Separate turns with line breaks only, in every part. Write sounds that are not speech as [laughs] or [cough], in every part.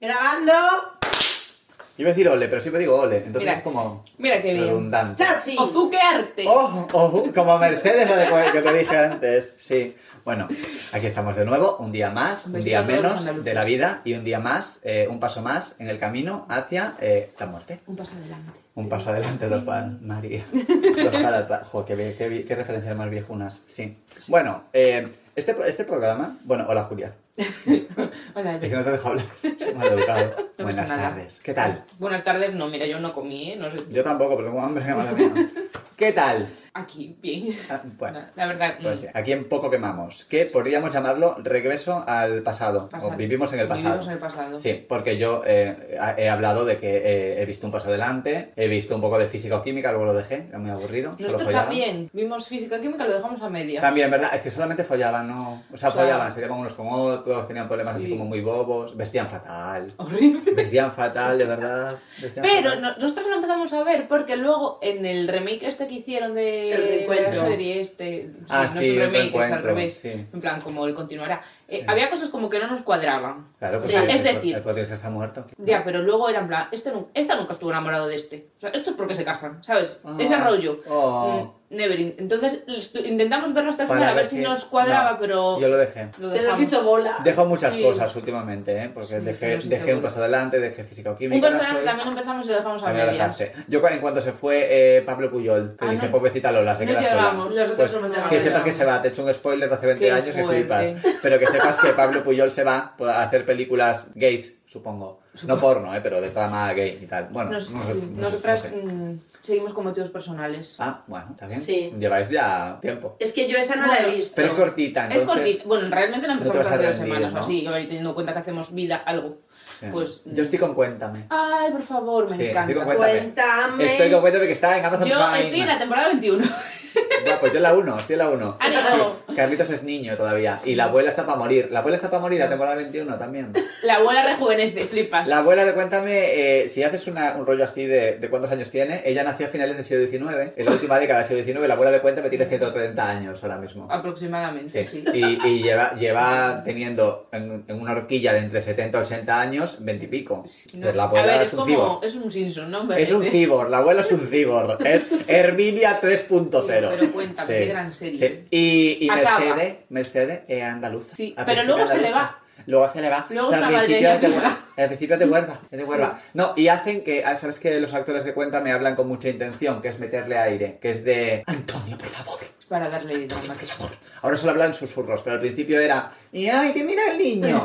Grabando.
Iba a decir ole, pero siempre digo ole. Entonces
Mira.
es como
Mira qué bien.
redundante.
Chachi.
Ozuke Arte.
Oh, oh, como Mercedes lo de- que te dije antes. Sí. Bueno, aquí estamos de nuevo, un día más, un
besito
día
a todos los
menos
andaluces.
de la vida y un día más, eh, un paso más en el camino hacia eh, la muerte.
Un paso adelante.
Un paso adelante, dos para María. Dos para atrás. Jo, qué, bien- qué, bien- qué referencias más viejunas. Sí. Bueno, eh, este, este programa. Bueno, hola Julia.
Hola,
Es
yo-
que no te dejo
[laughs]
hablar. Mal educado.
No pasa
Buenas
nada.
tardes. ¿Qué tal?
Buenas tardes. No, mira, yo no comí, ¿eh? No sé.
Yo tampoco, pero tengo hambre, [laughs] madre mía. ¿Qué tal?
Aquí, bien.
Ah, Bueno,
La- La verdad.
pues
mm,
aquí en poco quemamos, que podríamos llamarlo regreso al pasado,
pasado.
o Pues vivimos en el pasado.
Vivimos en el pasado.
Sí, porque yo eh, ha- he hablado de que eh, he visto un paso adelante, he visto un poco de física o química, luego lo dejé, era muy aburrido. solo
Nosotros
follaban.
también vimos física-química, lo dejamos a media.
También, ¿verdad? Es que solamente follaban, ¿no? O sea,
O sea,
follaban, se llevaban unos con otros, tenían problemas así
Sí.
como muy bobos, vestían fatal.
Horrible.
Vestían fatal, de verdad. vestían
Pero
fatal.
no- nosotros lo empezamos a ver porque luego en el remake este que hicieron de
El reencuentro.
de la serie este, sí,
Ah,
no
sí, el
es un remake, es al
reencuentro,
revés,
sí.
en plan como él continuará. Eh,
Sí.
Había cosas como que no nos cuadraban.
Claro, pues porque
Sí.
el-
Es
el-
decir-
el protagonista está muerto.
Ya, pero luego era en plan, este nu- esta nunca estuvo enamorado de este. O sea, esto es porque se casan, ¿sabes?
Ah,
Ese rollo.
oh.
Mm, Never. in- Entonces estu- intentamos verlo hasta el final
Para
a ver si nos cuadraba,
no,
pero
Yo lo dejé.
lo
Se nos
dejamos.
hizo bola.
Dejo muchas
Sí.
cosas últimamente, ¿eh? Porque
Sí,
dejé,
sí, sí,
dejé un
seguro.
paso adelante, dejé física o química.
Un
las
personaje que
cosas-
también empezamos y lo dejamos a
también lo
medias.
dejaste. Yo cu- en cuanto se fue eh, Pablo Puyol, que
Ah,
dije,
no.
pobrecita Lola, se
No
queda sola.
llegamos.
Nosotros
Pues,
somos
que
llegamos.
sepas que se va, te he hecho un spoiler de hace 20
Qué
años que
fuerte.
flipas. Pero que sepas que Pablo Puyol se va por- a hacer películas gays, supongo. No porno, ¿eh? pero de trama gay y tal. Bueno,
Nos-
no sé, no sé,
nosotras
no sé.
mm, seguimos con motivos personales.
Ah, bueno, está bien.
Sí.
Lleváis ya tiempo.
Es que yo esa no la he visto.
Pero es cortita, entonces.
es cortito. Bueno, realmente no
no te
empezamos
vas a
hace dos
rendir,
semanas
¿no?
o así, a ver, teniendo en cuenta que hacemos vida, algo.
Sí.
Pues.
Yo estoy con Cuéntame.
Ay, por favor, me
Sí,
encanta.
estoy con Cuéntame.
Cuéntame.
Estoy con Cuéntame que está en Amazon
Yo
Prime.
estoy en la temporada 21.
Ya, pues yo en la 1, estoy en la 1.
Ah, no.
Carlitos es niño todavía. Y la abuela está para morir. La abuela está para morir, la temporada 21 también.
[laughs] La abuela rejuvenece, flipas.
La abuela, de cuéntame, eh, si haces una- un rollo así de, de cuántos años tiene, ella nació a finales del siglo XIX. En la última década del siglo XIX, la abuela de cuéntame tiene 130 años ahora mismo.
Aproximadamente,
Sí.
sí.
Eh, Y, y lleva, lleva teniendo en, en una horquilla de entre 70 y 80 años, 20 y pico. Entonces la abuela
a ver,
es,
es,
un
como.
cibor.
Es un Simpson, ¿no? Hombre,
Es un
este.
cibor, la abuela es un cibor. Es Herminia 3.0.
Pero cuéntame, qué gran serie.
sí. Y, y
Acaba.
Mercedes, Mercedes es andaluza.
Sí,
Al
pero
principio
luego se le
andaluza.
va.
Luego se le va.
Luego
Pero
es
al
una
principio
madrileña
es de
viva.
Huer- Al principio es de Huerva. es de Huerva. No, y hacen que, ah, sabes que los actores de cuenta me hablan con mucha intención, que es meterle aire, que es de Antonio, por favor.
Para darle drama. que-
Ahora solo hablan susurros, pero al principio era ¡Y ay, que mira el
[laughs]
niño!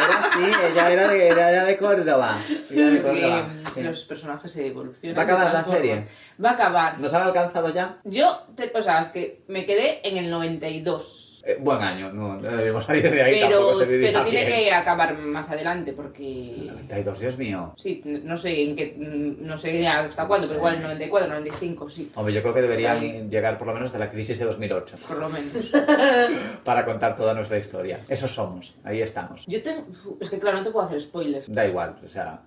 era así, ella era de, era, era de Córdoba. Era de Córdoba.
Porque,
Sí.
Eh, Los personajes se evolucionan.
¿Va a acabar
se
la
transforman. Va a acabar.
¿Nos han alcanzado ya?
Yo, te- o sea, es que me quedé en el 92.
Eh, buen año, no, no debimos salir de ahí
pero,
tampoco se vivía
pero tiene
bien.
que acabar más adelante porque
92, Dios mío.
sí no sé en qué mm, no sé hasta cuándo pero igual 94 95 sí
Hombre, yo creo que deberían llegar por lo menos de la crisis de 2008
por
[laughs]
lo menos
para contar toda nuestra historia. Eso somos, ahí estamos.
yo tengo es que claro no te puedo hacer spoilers
Da igual, o sea,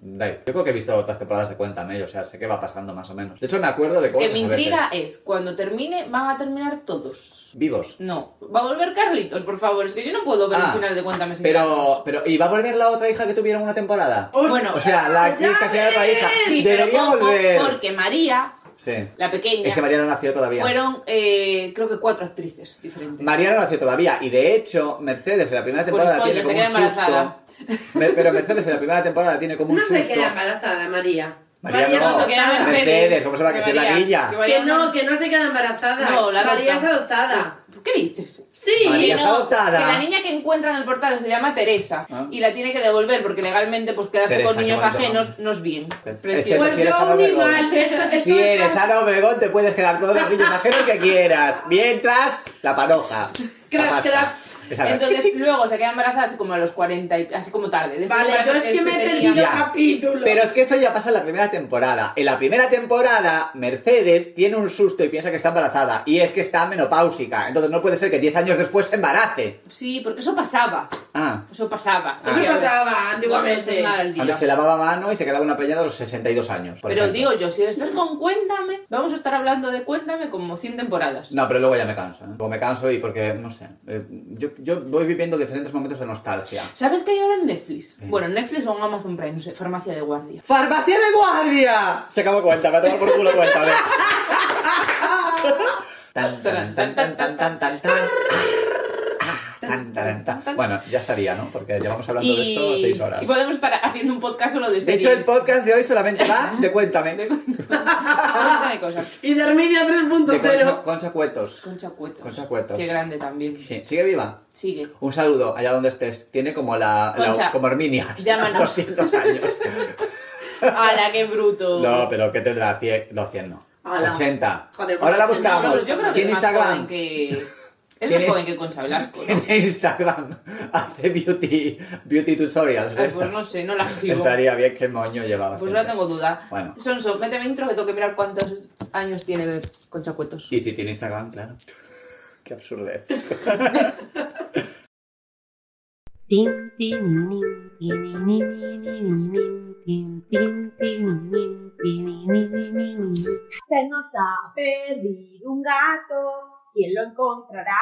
da igual. Yo creo que he visto otras temporadas de Cuéntame, o sea, sé qué va pasando más o menos. De hecho, me acuerdo de
es que
cosas
mi
a veces.
intriga es cuando termine van a terminar todos
Vivos.
no va a volver Carlitos por favor es que yo no puedo ver
Ah,
el final de Cuéntame sin Carlos.
Pero, pero, ¿y va a volver la otra hija que tuvieron una temporada?
Hostia,
bueno,
O sea,
ya
la actriz que hacía la otra hija.
sí pero
Debería
ojo,
volver.
porque María
Sí.
la pequeña
Es que María no nació todavía.
fueron eh, creo que cuatro actrices diferentes
María no nació todavía y de hecho Mercedes en la primera
Pues
temporada
spoiler,
tiene como
se
un
queda
susto. Me- pero Mercedes en la primera temporada tiene como un
No se
susto.
queda embarazada, María.
María no.
es adoptada.
Mercedes, ¿cómo se va a que sea la
María,
niña?
que vaya
Que
una-
no, que no se queda embarazada.
No, la
María es
adoptan.
adoptada.
¿Qué dices?
Sí.
María es
No,
adoptada.
Que la niña que encuentra en el portal se llama Teresa
Ah.
y la tiene que devolver porque legalmente pues quedarse
Teresa,
con niños
qué bonito
ajenos no es bien.
Este-
Precioso.
Pues
Si eres
yo
Ana
un
Obregón.
animal. Esto, esto
Si
me
eres
pasa.
Ana Obregón te puedes quedar todos los niños ajenos que quieras, mientras la panoja.
Cras,
La pasta.
cras.
Exacto.
Entonces luego se queda embarazada así como a los 40 y así como tarde. de esos
Vale, yo
embarazos
es que me
se
he
tenían.
perdido
Ya.
capítulos.
Pero es que eso ya pasa en la primera temporada. En la primera temporada, Mercedes tiene un susto y piensa que está embarazada. Y es que está menopáusica. Entonces no puede ser que 10 años después se embarace.
Sí, porque eso pasaba.
Ah,
Eso pasaba.
Eso
Sí, a ver.
pasaba
No, no
antiguamente.
es nada del día.
antes se lavaba mano y se quedaba una peinada a los 62 años. por
Pero
ejemplo.
digo yo, si estás con Cuéntame, vamos a estar hablando de Cuéntame como 100 temporadas.
No, pero luego ya me canso. ¿eh? Luego me canso y porque, no sé. eh, yo, yo voy viviendo diferentes momentos de nostalgia.
¿Sabes qué hay ahora en Netflix?
Eh.
Bueno, Netflix o en Amazon Prime, no sé, Farmacia de Guardia.
¡Farmacia de guardia! Se acabó cuenta, me ha tomado por culo cuenta, ve. Tan, tan, tan, tan, tan, tan, tan, tan. Ah, Tan, tan, tan. Bueno, ya estaría, ¿no? Porque llevamos hablando de esto seis horas.
y podemos estar haciendo un podcast solo de
De
series.
hecho, el podcast de hoy solamente va de cuéntame.
[laughs] De Cuéntame cosas.
Y de Herminia
De Concha,
3.0.
Concha Cuetos.
Concha Cuetos.
Concha Cuetos.
Qué grande también.
Sí, ¿Sigue viva?
Sigue.
Un saludo allá donde estés. Tiene como la, la-
Concha,
como Herminia.
llámanos.
200 años.
¡Hala, qué bruto!
No, pero ¿qué tendrá? 100, no, 100 no.
Ala.
80.
Joder, pues
Ahora la
80,
buscamos.
No, pues yo creo que
Tiene
es más
Instagram.
joven que... Es
¿Tiene-
más joven que Concha Velasco,
[laughs]
¿no?
Tiene Instagram. Hace beauty, beauty tutorials.
Ay,
Esta-
pues no sé, no la sigo.
Estaría bien que moño llevabas.
Pues
siempre.
ahora tengo duda.
Bueno.
Sonso, méteme intro que tengo que mirar cuántos años tiene Concha Cuetos.
Y si tiene Instagram, claro. [laughs] Qué absurdez.
Tin, tin, nin, tin, nin, nin, nin, nin, tin, tin, tin, nin, tin, nin, nin, nin, nin.
Se nos ha perdido un gato, ¿quién lo encontrará?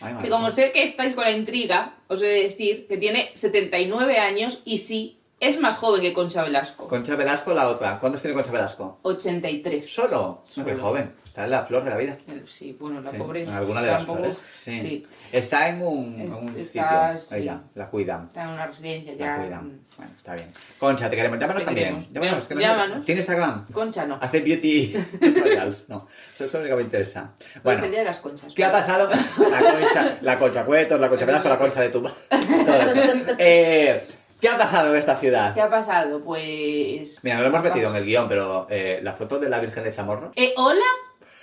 Ay,
Que
madre.
como sé que estáis con la intriga, os he de decir que tiene 79 años y sí, es más joven que Concha Velasco.
Concha Velasco, la otra. ¿Cuántos tiene Concha Velasco?
83.
Solo. No, qué
Solo.
joven. Está en la flor de la vida.
Eh, Sí, bueno, la
Sí,
pobre.
en alguna
está
de las
un poco-
flores. Sí.
sí.
Está en un,
Es-
en un
está-
sitio.
sí.
Ella, la cuidan.
Está en una residencia
La
ya. mm.
cuidan. Bueno, está bien. Concha, te queremos. Llámanos
Te
también.
queremos.
Llámanos. que nos-
Llámanos.
¿Tiene Instagram?
Concha no.
Hace
[laughs]
beauty tutorials. No, eso es lo único que me interesa.
Bueno,
Bueno,
pues el día de las conchas.
¿qué ha pasado? La concha, la concha cuetos, la concha velasco, la concha de tu ma- Todo eso. Eh, ¿Qué ha pasado en esta ciudad?
¿Qué ha pasado? Pues.
Mira, no lo hemos metido en el guión, pero eh, la foto de la Virgen de Chamorro.
Eh, hola.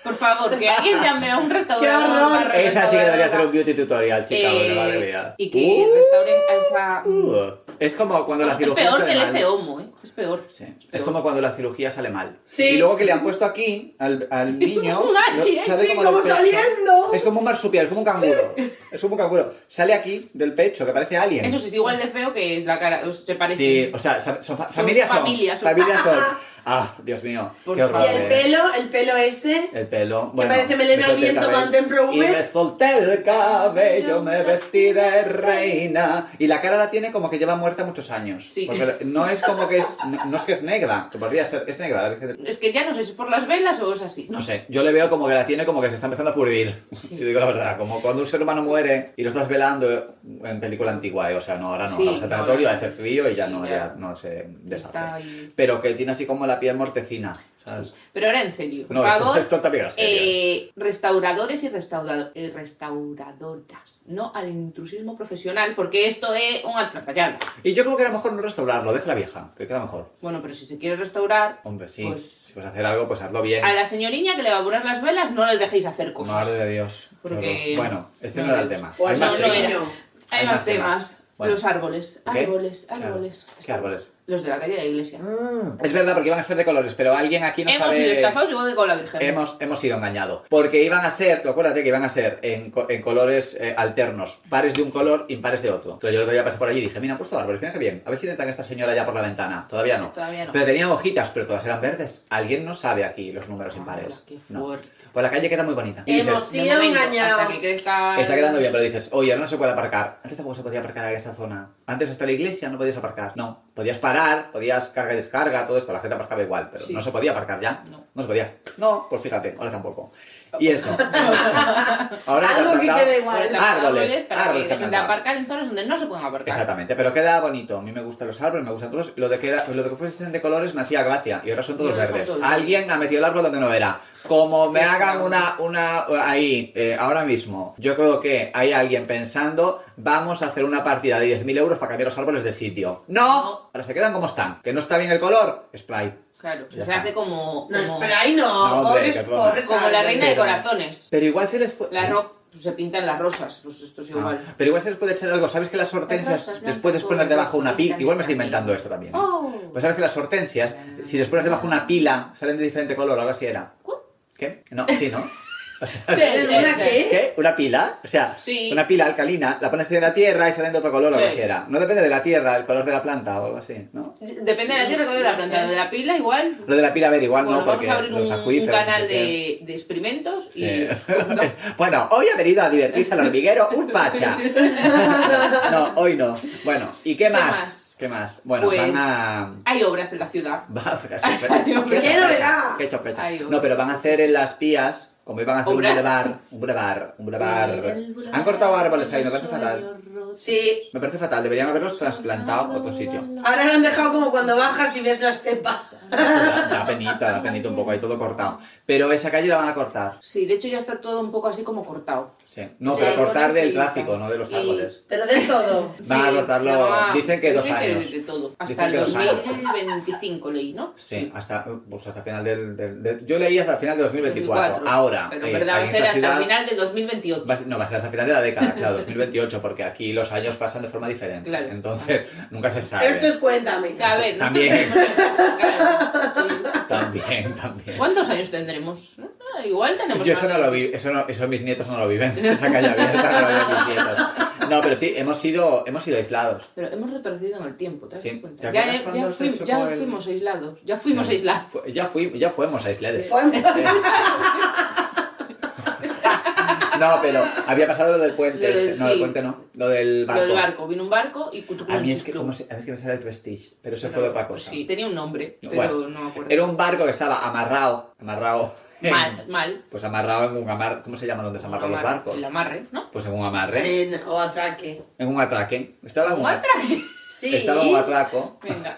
Por favor, que alguien llame a un restaurador.
horror!
barra
Esa sí que debería hacer un
restauradora,
beauty tutorial, chica, porque
eh,
madre mía.
Y que restauren a esa.
Uh, uh. Es como cuando la
es
cirugía
peor que
sale
el
mal.
F. Homo, ¿eh? Es peor.
Sí,
peor.
Es como cuando la cirugía sale mal.
Sí.
Y luego que le han puesto aquí al,
[laughs]
al niño.
Un alien,
sale
sí,
del
como
pecho.
saliendo.
Es como un marsupial, es como un canguro. Es como un canguro. Sale aquí del pecho, que parece alien.
Eso sí, es igual de feo que la cara. os- Se parece.
Sí, o sea, sa- son fa- familias son.
familias son.
Familias son. Ah, Dios mío.
Por
qué horror.
Y
favor.
el
eh.
pelo, el pelo ese.
El pelo. Bueno,
parece melena al
me solté el
viento
cabello.
Mantempro
Y me
Húmedo.
solté el cabello, me vestí de reina. Y la cara la tiene como que lleva muerta muchos años.
Sí.
Porque no es como que es. No, no es que es negra, que podría ser. Es negra la Virgen del-
Es que ya no sé si es por las velas o es así.
No sé, yo le veo como que la tiene como que se está empezando a pudrir. Si digo la verdad, como cuando un ser humano muere y lo estás velando en película antigua, eh, o sea, no, ahora no,
Sí,
ahora vas al tanatorio,
ahora.
hace frío y ya
Y
no,
ya.
ya no se
Está
deshace.
ahí.
Pero que tiene así como la piel mortecina, ¿sabes?
Pero ahora en serio, por
No, esto,
favor,
esto también es serio.
eh, restauradores y restaurado- eh, restauradoras, no al intrusismo profesional, porque esto es un atrapallado.
Y yo creo que a lo mejor no restaurarlo, déjala vieja, que queda mejor.
Bueno, pero si se quiere restaurar,
Hombre, sí,
Pues-
si vas a hacer algo, pues hazlo bien.
a la señoriña que le va a poner las velas no le dejéis hacer cosas.
Madre de Dios. qué
pues, Porque-
horror. Bueno, este no,
no
era el
era-
tema.
O
Hay
al
más
no, no
temas.
era.
sobrino.
Hay, más temas.
Bueno.
Los árboles,
¿Qué?
árboles,
Claro.
árboles.
¿Qué árboles?
Los de la calle de la iglesia.
Es verdad, porque iban a ser de colores, pero alguien aquí no
Hemos
sabe...
sido estafados igual que con la Virgen.
Hemos, hemos sido engañados. Porque iban a ser, tú acuérdate que iban a ser en, co- en colores eh, alternos, pares de un color, impares de otro. Pero yo el otro día pasé por allí y dije, mira, han puesto árboles, mira qué bien. A ver si entran esta señora ya por la ventana. Todavía no.
Todavía no.
Pero tenían hojitas, pero todas eran verdes. Alguien no sabe aquí los números
Ah,
impares.
qué
No.
fuerte.
Pues la calle queda muy bonita. Y
Hemos
dices,
sido
De momento,
engañados.
Hasta que crezca...
Está quedando bien, pero dices, oye, ahora no se puede aparcar. Antes tampoco se podía aparcar en esa zona. Antes hasta la iglesia no podías aparcar. No, podías parar, podías carga y descarga, todo esto. La gente aparcaba igual, pero
Sí.
no se podía aparcar ya.
No.
se podía. No, pues fíjate, ahora tampoco. Y
[laughs]
eso. ahora te
Algo
han
que
plantado-
quede
Por
igual.
ejemplo,
Árboles,
para
árboles que
que dejen de
plantaban.
aparcar en zonas donde no se pueden aparcar.
Exactamente, pero queda bonito. A mí me gustan los árboles, me gustan todos. Lo de que, era- lo de que fuesen de colores me hacía gracia y ahora son todos
Y ahora son
verdes.
todos verdes.
Alguien ha metido el árbol donde no era. Como me
Qué
hagan
feo.
una, una ahí, eh, ahora mismo, yo creo que hay alguien pensando, vamos a hacer una partida de 10.000 euros para cambiar los árboles de sitio. ¡No!
No.
Ahora se quedan como están. Que no está bien el color, spray.
Claro,
Ya
se
está.
hace como...
No,
como,
espera, ahí
No,
no.
hombre,
Pobres,
qué broma.
pobres.
como la
árboles.
reina de
Pero-
corazones.
Pero igual se les puede...
La rock se pintan las rosas, pues esto es
Ah,
igual.
pero igual se les puede echar algo. ¿Sabes que las hortensias
rosas
les
blancas
puedes
con
poner debajo
rosa
una
y
pila?
también
Igual me estoy
también.
inventando esto también. ¿eh?
Oh.
Pues sabes que las [laughs] hortensias, si les pones debajo una pila, salen de diferente color, ahora sí era.
¿Cu?
¿Qué? No, sí, ¿no?
Oh. Sí,
¿Es
sí,
una
sí.
qué?
¿Qué? ¿Una pila? O sea,
Sí.
una pila alcalina, la pones en la tierra y salen de otro color o algo
Sí.
así era. No depende de la tierra, el color de la planta o algo así, ¿no?
Depende de la tierra, de la
No sé.
planta, de la pila igual.
Lo de la pila, a ver, igual
Bueno,
Ah, no,
vamos
porque
a abrir
los
un, un
acuíferos, no
canal
sé qué.
de, de experimentos
Sí. [laughs]
y...
Es- Bueno, hoy ha venido a divertirse al hormiguero un
[laughs]
facha. No, hoy no. Bueno, ¿y qué más?
más?
¿Qué más? Bueno,
Pues-
van a...
Hay obras en la ciudad.
Va [laughs] a qué
Ay,
sorpresa,
hombre.
¡Qué novedad!
¡Qué sorpresa!
Ay, hombre.
No, pero van a hacer en las pías, como iban a hacer un
Obras.
bulevar, un bulevar, un bulevar...
El
Han cortado árboles ahí, me
sueño
parece fatal.
rosa.
Sí.
Me parece fatal, deberían haberlos trasplantado a otro sitio.
Ahora lo han dejado como cuando bajas y ves las cepas.
[laughs] Da da penita, da penita un poco, ahí todo cortado. Pero esa calle la van a cortar.
Sí, de hecho ya está todo un poco así como cortado.
Sí. No,
Sí,
pero cortar
árboles
del
y-
tráfico, no de los
y-
árboles.
Pero del todo.
Van a
Sí,
cortarlo,
la va-
dicen que dos años.
de todo.
Dicen
Hasta el
que dos años.
2025 leí, ¿no?
Sí, hasta, pues hasta final del, del- del- Yo leí hasta el final de 2024.
24.
Ahora.
Pero
eh,
en verdad va a
aquí en
ser
esta
hasta
ciudad
el final de 2028.
va a ser- no, va a ser hasta el final de la década, claro, 2028, porque aquí los años pasan de forma diferente.
Claro.
Entonces, nunca se sabe.
Esto es cuéntame.
A ver, nosotros
También.
[laughs] tenemos- claro, sí.
También, también.
¿Cuántos años tendremos? Ah, igual tenemos.
Yo eso
más
no
de-
lo vi, eso, no- eso mis nietos no lo viven, esa calle abierta no lo viven mis nietos. No, pero sí, hemos sido, hemos sido aislados.
Pero hemos retrocedido en el tiempo, ¿te das
Sí.
cuenta?
¿Te
ya
acuerdas
ya
cuando se
fuim-
chocó
ya
el-
fuimos aislados. Ya fuimos aislados.
Fu- Ya, fui, ya fuimos aislados.
Fue-
No, pero había pasado lo del puente.
Lo del-
este. No, el
sí.
puente no, lo del
Lo del barco. Vino un barco y cutucum,
A mí es que,
chiclum.
como se- a mí es que me sale el Prestige, pero eso
Pero,
fue otra cosa.
Sí, tenía un nombre, pero
Bueno,
no me acuerdo.
Era un barco que estaba amarrado, amarrado. en-
Mal, mal.
Pues amarrado en un amarre. ¿Cómo se llama donde se amarran los
Amarra-
barcos?
El amarre, ¿no?
Pues en un amarre.
En- o atraque.
En un atraque. Estaba en
Un
un, atraco.
atraque.
Sí.
Estaba en un atraco.
Venga.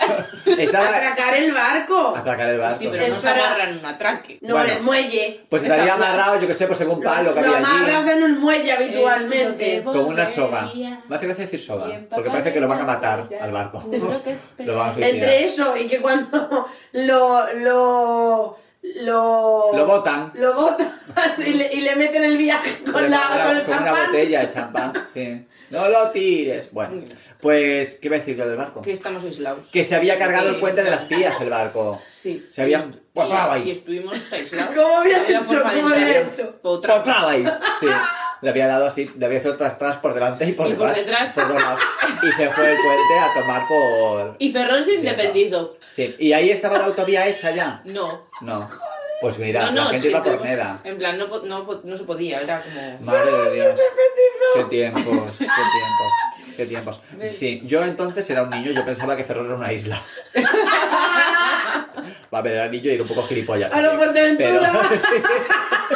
Estaba
Atracar el barco.
atracar el barco.
Sí, pero no se
Espera.
amarran un atraque.
No,
Bueno.
en el muelle.
Pues
Esa
estaría
plaza.
amarrado, yo que sé, pues en un palo que
lo
había
amarras
allí.
en un muelle habitualmente.
Con una soga. Me hace gracia decir soga, porque parece que lo van a matar al barco. [laughs] Lo van a suicidar.
Entre eso y que cuando lo. lo. lo.
Lo botan.
lo botan [laughs] y le, y le meten el viaje con, la, con el
con una
champán.
botella de champán,
[laughs]
sí. No lo tires. Bueno, pues, ¿qué iba a decir yo del barco?
Que estamos aislados.
Que se había
Pues
cargado el
Sí.
puente de
[laughs]
las pías el barco.
Sí.
Se había-
Y est-
Pues,
y-
claro, ahí.
Y estuvimos
[laughs]
aislados.
¿Cómo había
No había
hecho?
forma de
¿Cómo había
entrar.
hecho?
Otra.
Potraba ahí, sí. Le había dado así, le había hecho tras tras por delante y por
Y por
detrás.
detrás.
por dos lados. Y se fue el puente a tomar por.
Y Ferrol se independizó.
Sí. Y ahí estaba la autovía hecha ya.
No.
No. Pues mira,
no, no,
la gente
sí,
iba a
como-
tornera.
En plan, no, po- no, po- no se podía, era como.
Madre de Dios. Qué tiempos, qué tiempos, qué tiempos.
¿Ves?
Sí, yo entonces era un niño, yo pensaba que Ferrol era una
[laughs]
isla. Va a ver, era niño y era un poco gilipollas.
A lo
también.
Fuerteventura.
Pero, [laughs] sí.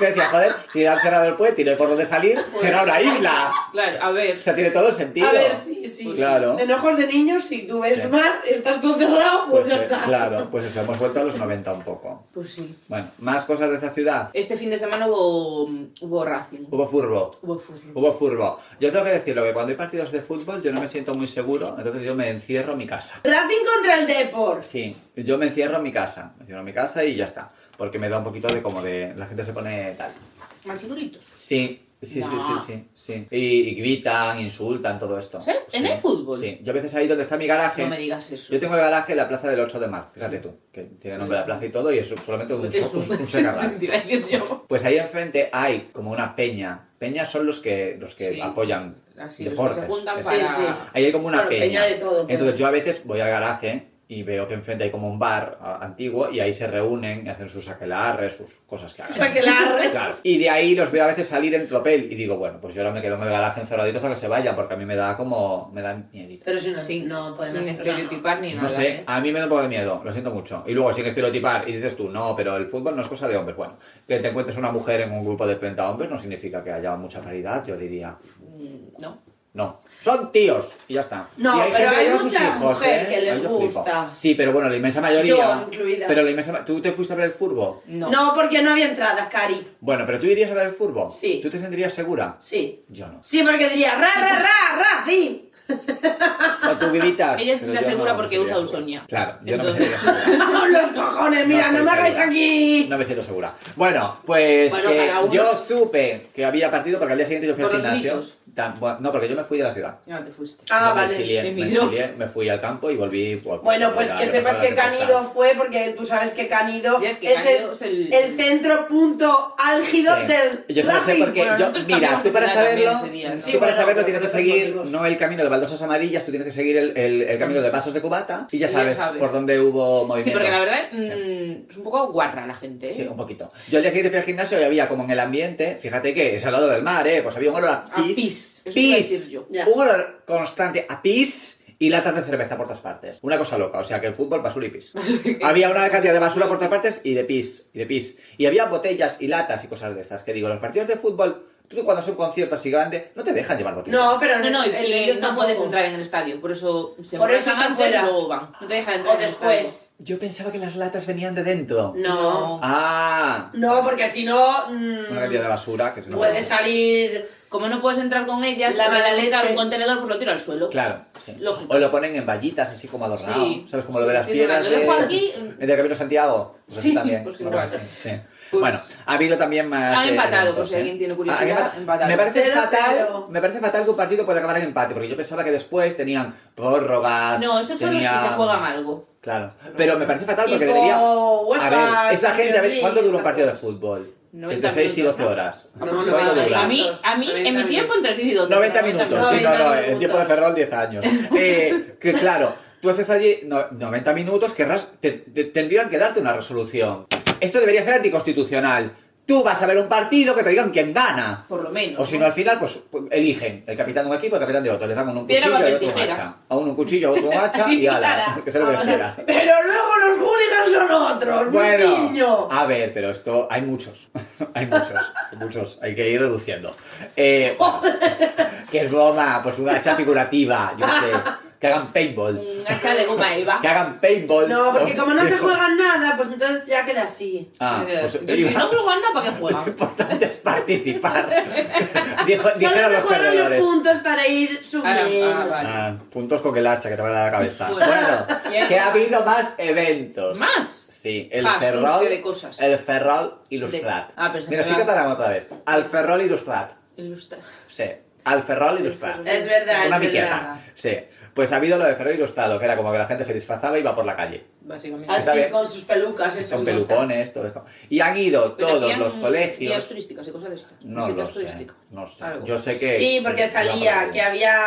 Yo decía, joder, si le han cerrado el puente y no hay por dónde salir,
Pues
será una isla.
Claro, a ver.
O sea, tiene todo el sentido.
A ver, sí, sí.
Claro.
De Enojos de niños, si tú ves
Sí.
mar, estás todo cerrado, pues,
Pues,
ya
eh,
está.
claro, pues eso, hemos vuelto a los 90 un poco.
Pues sí.
Bueno, más cosas de esta ciudad.
Este fin de semana hubo, hubo Racing.
Hubo furbo.
Hubo fútbol.
Hubo furbo. Yo tengo que decirlo, que cuando hay partidos de fútbol yo no me siento muy seguro, entonces yo me encierro en mi casa.
Racing contra el Depor.
Sí, yo me encierro en mi casa. Me encierro en mi casa y ya está. Porque me da un poquito de como de... La gente se pone tal.
Manchinuritos.
Sí, sí, sí,
No.
sí, sí. sí. Y, y gritan, insultan, todo esto.
¿Sí? ¿En el fútbol?
Sí. Yo a veces ahí donde está mi garaje...
No me digas eso.
Yo tengo el garaje en la plaza del 8 de marzo, fíjate tú, que tiene nombre la plaza y todo, y es solamente un,
Es un- [laughs]
un secarral.
Te iba a decir yo.
Pues ahí enfrente hay como una peña. Peñas son los que, los que
Sí.
apoyan
Así, los
deportes.
que se juntan
Eso.
para.
Sí, sí.
Ahí hay como una
Claro,
peña.
peña de todo, pues.
Entonces yo a veces voy al garaje y veo que enfrente hay como un bar ah, antiguo y ahí se reúnen y hacen sus aquelarres, sus cosas que hagan.
[laughs]
que la red.
Claro. Y de ahí los veo a veces salir en tropel y digo, bueno, pues yo ahora me quedo en el garaje encerradito hasta que se vaya porque a mí me da como... me da miedito.
Pero si no,
Sin,
no podemos.
sin
o sea, no.
estereotipar ni nada.
No sé,
¿eh?
a mí me da un poco de miedo, lo siento mucho. Y luego, sin estereotipar, y dices tú, no, pero el fútbol no es cosa de hombres. Bueno, que te encuentres una mujer en un grupo de 30 hombres no significa que haya mucha paridad, yo diría.
Mm, No.
No, son tíos y ya está.
No,
Y
pero
gente que
hay
lleva sus
mucha mujer
¿eh?
que les
Ay, yo flipo.
gusta.
Sí, pero bueno, la inmensa mayoría.
Yo incluida.
Pero la inmensa ma- ¿Tú te fuiste a ver el furbo?
No.
No, porque no había entradas, Cari.
Bueno, pero tú irías a ver el furbo.
Sí.
¿Tú te sentirías segura?
Sí.
Yo no.
Sí, porque diría, ra, ra, ra, Racing. [laughs]
O tú gritas.
Ella se
pero yo
siente
no
segura
me
porque
sentiría
usa
segura.
Usonia.
Claro, yo no me
Entonces-
sentiría segura.
¡Vamos los cojones! Mira,
No
no,
pues,
me
estoy
hagáis
segura.
aquí.
No me siento segura. Bueno, pues
Bueno,
que
cada uno.
yo supe que había partido porque al día siguiente yo fui
Por
al
los
gimnasio.
gritos.
tan- bueno, no, porque yo me fui de la ciudad.
No pues, te fuiste.
Ah,
Yo me
vale,
exilié, me,
emigró.
exilié, me fui al campo y volví. pues,
Bueno, pues
a-
que
a-
sepas
a-
que
a- a-
Canido fue, porque tú sabes que Canido
Y es que Canido es el-
el centro punto álgido
Sí.
del
Yo solo sé
Racing.
porque
Bueno,
yo,
nosotros
mira,
cambiamos
tú
de
para
ciudad también
saberlo,
ese día, ¿no?
tú
Sí,
para
bueno,
saberlo
pero
tienes que
por otros
seguir
motivos.
no el camino de baldosas amarillas, tú tienes que seguir el, el- el camino de vasos de cubata y ya
Y ya
sabes,
sabes.
por dónde hubo movimiento.
Sí, porque la verdad mm, es un poco guarra la gente. ¿eh?
Sí, un poquito. Yo al día siguiente fui al gimnasio y había como en el ambiente, fíjate que es al lado del mar, ¿eh? Pues había un olor a
A
pis.
pis, eso iba a decir
pis.
yo.
Ya.
Un olor constante a pis y latas de cerveza por todas partes. Una cosa loca, o sea que el fútbol, basura y pis. había una cantidad de basura por todas partes y de pis, y de pis. Y había botellas y latas y cosas de estas que digo, los partidos de fútbol, tú cuando es un concierto así grande, no te dejan llevar botellas.
No, pero
No, no, y
el-
que
ellos
no
tampoco.
puedes entrar en el estadio. Por eso se
Por eso
emborrachan
están
antes y
fuera.
luego van. No te dejan entrar.
O
en el
después.
Yo pensaba que las latas venían de dentro.
No.
No.
Ah,
No, porque si no. mm,
una cantidad de basura que se nos
puede salir.
estadio. Como no puedes entrar con ellas,
La
la
mala
leche
leche.
un contenedor, pues lo tiro al suelo.
Claro, sí.
Lógico.
O lo ponen en vallitas así como adornado.
Sí.
¿Sabes? Como lo de las
Sí,
piedras.
yo dejo
de-
aquí,
en el Camino de Santiago. Pues
Sí,
eso también.
pues
lo
igual.
que hacen, sí.
Pues-
bueno, ha habido también más.
Ha empatado,
eventos,
por si alguien tiene curiosidad,
Ah, ha empatado.
empatado.
Me parece,
Cero,
fatal,
cero.
me parece fatal que un partido pueda acabar en empate, porque yo pensaba que después tenían prórrogas.
No, eso solo
tenían-
si se juegan algo.
Claro. Pero me parece fatal porque
Tipo
debería.
UEFA,
a ver, esa
Champions
gente, a ver, ¿cuánto
League,
dura un
estas
partido de
cosas.
fútbol?
90
Entre 6 y
minutos,
12
¿no?
horas.
No,
¿Cuánto
no,
dura?
A mí, a mí
90
en mi
minutos.
tiempo entre 6 y 12.
90 minutos, sí, no,
90
no, en
minutos.
tiempo de Ferrol 10 años. Eh, que claro, tú haces allí no- 90 minutos, querrás, te, te- tendrían que darte una resolución. Esto debería ser anticonstitucional. Tú vas a ver un partido que te digan quién gana.
Por lo menos.
O si no, al final, pues pues, eligen el capitán de un equipo, el capitán de otro. Les dan uno un
Piedra,
cuchillo y
papel,
otro un
tijera.
hacha. A uno un cuchillo, a otro un hacha y ala. Que se lo
Ah,
dijera.
Pero luego los hooligans son otros, mi niño.
a ver, pero esto hay muchos, [laughs] hay muchos, muchos, hay que ir reduciendo.
[laughs]
Eh, que es broma, pues una hacha figurativa, yo sé, que hagan paintball,
Un hacha de goma Eva.
que hagan paintball.
No, porque como no se
Eso.
juegan nada, pues entonces ya queda así.
[laughs] Ah, pues
Yo Eh, si no me lo guardan, ¿para qué
lo
juegan?
importante
[laughs]
es participar. Dijo,
Solo se
dijeron los
juegan
perdedores.
los puntos para ir subiendo.
Ah, ah, vale.
Ah, puntos con el hacha que te va a dar la cabeza.
Bueno.
Bueno,
Bien.
que ha habido más eventos.
¿Más?
Sí, el
Ah, sí,
Ferrol.
de cosas.
El Ferrol Ilustrat.
De- ah, pero se
Mira,
me
sí
va-
que talamos otra vez. Al Ferrol Ilustrat.
Ilustra.
Sí. Al Ferrol Ilustrat.
Ferrol.
Es verdad,
Una
es verdad.
piqueta. Sí. Pues ha habido lo de Ferrol Ilustrado, que era como que la gente se disfrazaba y iba por la calle.
Básicamente.
Está
Así,
bien.
con sus pelucas, estas
Estos
cosas.
pelucones, todo esto. Y han ido
Pero
todos
hacían
los
Guías
colegios.
turísticas y cosas de estas.
No lo
Visitas
sé.
turísticas.
No sé.
Algo.
Yo sé que.
Sí, porque salía
Iba por
que
ahí.
había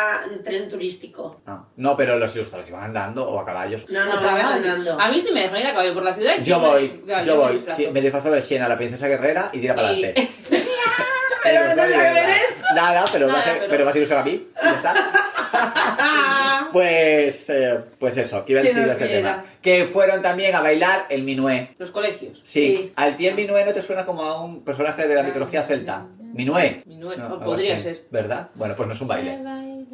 tren turístico.
Ah, No, pero los ilustrados iban andando o a caballos.
No, Ah, no,
Otra
iban
vez.
andando.
A mí sí me dejan ir a caballo por la ciudad. y
Yo
me-
voy,
claro,
yo
me
voy.
disfrazo.
Sí, me disfrazo de Siena, la princesa guerrera y tira para
Y-
adelante.
Pero no tendrá que ver eso.
Nada, pero,
Nada,
va a hacer-
pero-
pero va a hacer uso a mí. y ya está. pues, eh, pues eso, que iba a
¿Quién
decir
nos
este
viera?
tema. Que fueron también a bailar el minué.
Los colegios.
Sí,
Sí.
al tío el minué no te suena como a un personaje de la mitología celta. Minué.
Minué,
No,
o
algo
podría
así,
ser.
¿Verdad? Bueno, pues no es un baile.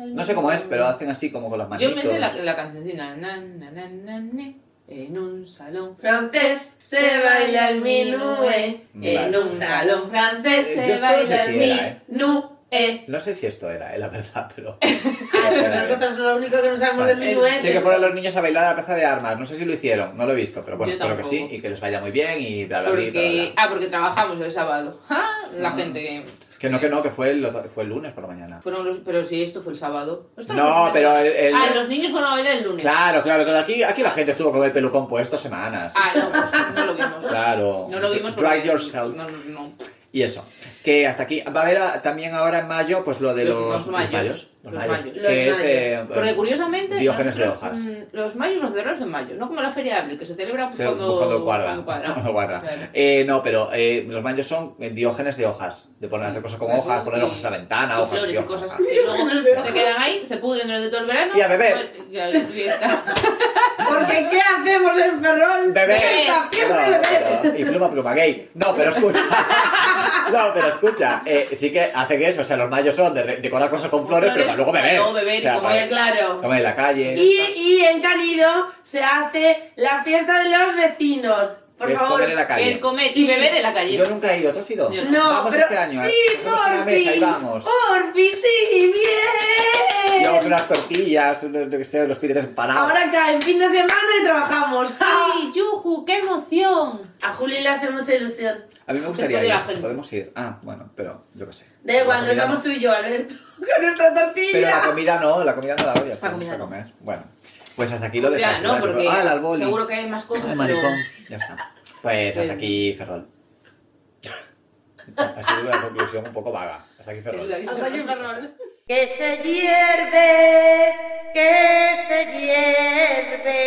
No sé cómo es, pero hacen así como con las manitos.
Yo me sé la, la cancioncina. Na, na, na, na, ne, en un salón.
[laughs] Francés se baila el minué. En
Vale.
un salón francés
Eh,
se
yo esto no sé
baila
si era, ¿eh?
el minué.
No sé si esto era, eh, la verdad, [laughs] pero...
Ah, pero nosotros lo único que no sabemos del
Vale.
minué es
Sí, que
esto.
fueron los niños a bailar a la plaza de armas. No sé si lo hicieron, no lo he visto, pero bueno,
Yo
espero que sí
tampoco.
y que les vaya muy bien y bla, bla, bla, y bla, bla,
Porque,
bla.
ah, porque trabajamos el sábado. [laughs] Ah, La gente que.
Que no, que no, que fue el, fue el lunes por la mañana.
Fueron los, pero sí, esto fue el sábado. Ostras,
No,
los-
pero el- el-
Ah, los niños fueron a bailar el lunes.
Claro, claro, claro. Aquí, aquí la gente estuvo con el pelucón puesto semanas.
Ah, no, pues no lo vimos.
[laughs] Claro.
No lo vimos
Dry
porque-
yourself.
No, no, no.
Y eso. Que hasta aquí. Va a haber ah, también ahora en mayo, pues lo de los,
Los- los mayos.
Los
Los
mayos.
mayos.
Que
Los
es, eh,
Porque curiosamente.
Diógenes de
nosotros,
hojas.
mm, Los mayos los celebramos en mayo, no como la feria de abril, que se celebra
Sí,
cuando,
buscando cuadra. [laughs]
cuando cuadra.
Cuadra.
Claro.
Eh, no, pero eh, los mayos son eh, diógenes de hojas. De poner hacer cosas con
Y-
hojas, poner hojas en la ventana,
y
hojas. Ah,
flores y
hojas,
cosas
hojas.
así. Y luego
Diógenes de
se
hojas.
quedan ahí, se pudren durante todo el verano.
Y a beber.
Pues, y a la fiesta.
Porque ¿qué hacemos en Ferrol?
Beber.
Fiesta, fiesta y
No,
beber.
no, y pluma, pluma gay. No, pero escucha. [laughs] No, pero escucha. eh, sí que hacen eso. O sea, los mayos son de re- decorar cosas con flores, pero para luego beber.
Para luego beber y
O sea,
como
para-
ya-
Claro.
comer en la calle.
Y, y en Canido se hace la fiesta de los vecinos. Por
que es
favor.
comer en la calle.
Que es comer
Sí.
y beber en la calle.
Yo nunca he ido, ¿tú has ido?
Yo
No,
vamos
pero
este año. ¿eh?
sí,
Hacemos
por
una mesa y
fin.
vamos.
Porfi, sí, bien.
Llevamos unas tortillas, unos, yo qué sé, unos filetes empanados.
Ahora cae en fin de semana y trabajamos.
¡Sí, Yuju! ¡Qué emoción!
[laughs] A Juli le hace mucha ilusión.
A mí me
Es
gustaría
que de la
ir.
gente.
Podemos ir. Ah, bueno, pero yo qué sé.
Da igual, nos
La comida
vamos
no.
tú y yo, Alberto, [laughs] con nuestra
Pero la
tortilla.
comida no, la comida no la voy a
La comida
a
no.
comer. Bueno, pues hasta aquí lo de
Ya, no, porque
Ah, el alboli.
seguro que hay más cosas.
Ay,
pero-
maricón. Ya está. Pues hasta aquí, Ferrol. Ha sido una conclusión un poco vaga. Hasta aquí, Ferrol.
Hasta aquí, Ferrol.
Que se hierve, que se hierve.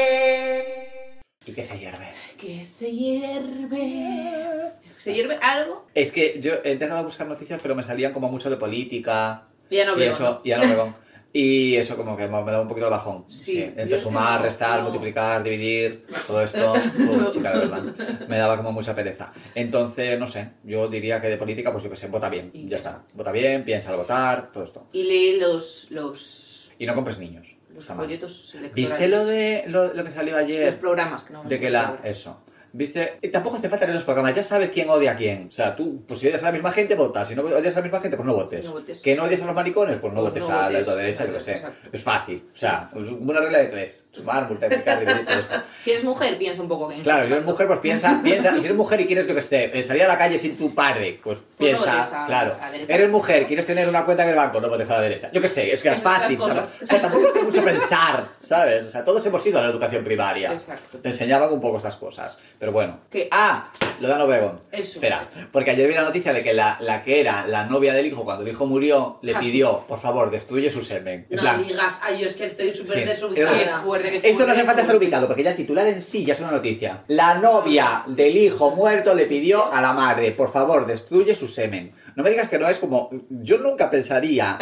¿Y qué se hierve?
Que se hierve. ¿Se hierve algo?
Es que yo he intentado buscar noticias, pero me salían como mucho de política.
Ya no
y
veo.
eso, y ya no veo. Y eso como que me me da un poquito de bajón.
Sí,
Sí.
yo es
Entre
que
sumar,
no,
restar,
no.
multiplicar, dividir, todo
[laughs]
esto, uf, chica, de verdad, me daba como mucha pereza. Entonces, no sé, yo diría que de política, pues yo que sé, vota bien,
Y
ya
ya
está. Vota bien, piensa al votar, todo esto.
Y lee los, los,
Y no compres niños.
los
está mal.
folletos electorales.
¿Viste lo de lo, lo que salió
Los
ayer?
programas que no me
De que la...
acuerdo.
Eso. ¿Viste? Y Tampoco te faltan en los programas, ya sabes quién odia a quién. O sea, tú, pues si odias a la misma gente, votas. Si no odias a la misma gente, pues no votes.
No votes.
Que no odias a los maricones, pues no
Pues
votes
no
a la
votes,
derecha, yo qué sé.
exacto.
Es fácil. O sea, es una regla de tres. Pues Sumar, multiplicar, dividir, todo esto.
Si eres mujer, piensa un poco que
eh. Claro, si eres mujer, pues piensa, piensa. Si eres mujer y quieres, yo que esté, salir a la calle sin tu padre, pues piensa,
votes a-
claro.
a la derecha.
eres mujer, quieres tener una cuenta en el banco, no votes a la derecha. Yo que sé, es que es
Es otra
fácil.
cosa.
¿sabes? O sea, tampoco es de mucho pensar, ¿sabes? O sea, todos hemos ido a la educación primaria.
Exacto.
Te enseñaban un poco estas cosas. Pero bueno.
¿Qué?
Ah, lo de Obregón.
Eso.
Espera, porque ayer vi la noticia de que la, la que era la novia del hijo, cuando el hijo murió, le
Ah, sí.
pidió, por favor, destruye su semen. En
No
plan,
digas, ay, yo es que estoy súper
Sí.
Qué
desubicada.
fuerte, qué fuerte.
esto no hace falta estar
fuerte.
ubicado, porque ya el titular en sí ya es una noticia. La novia del hijo muerto le pidió a la madre, por favor, destruye su semen. No me digas que no es como. Yo nunca pensaría.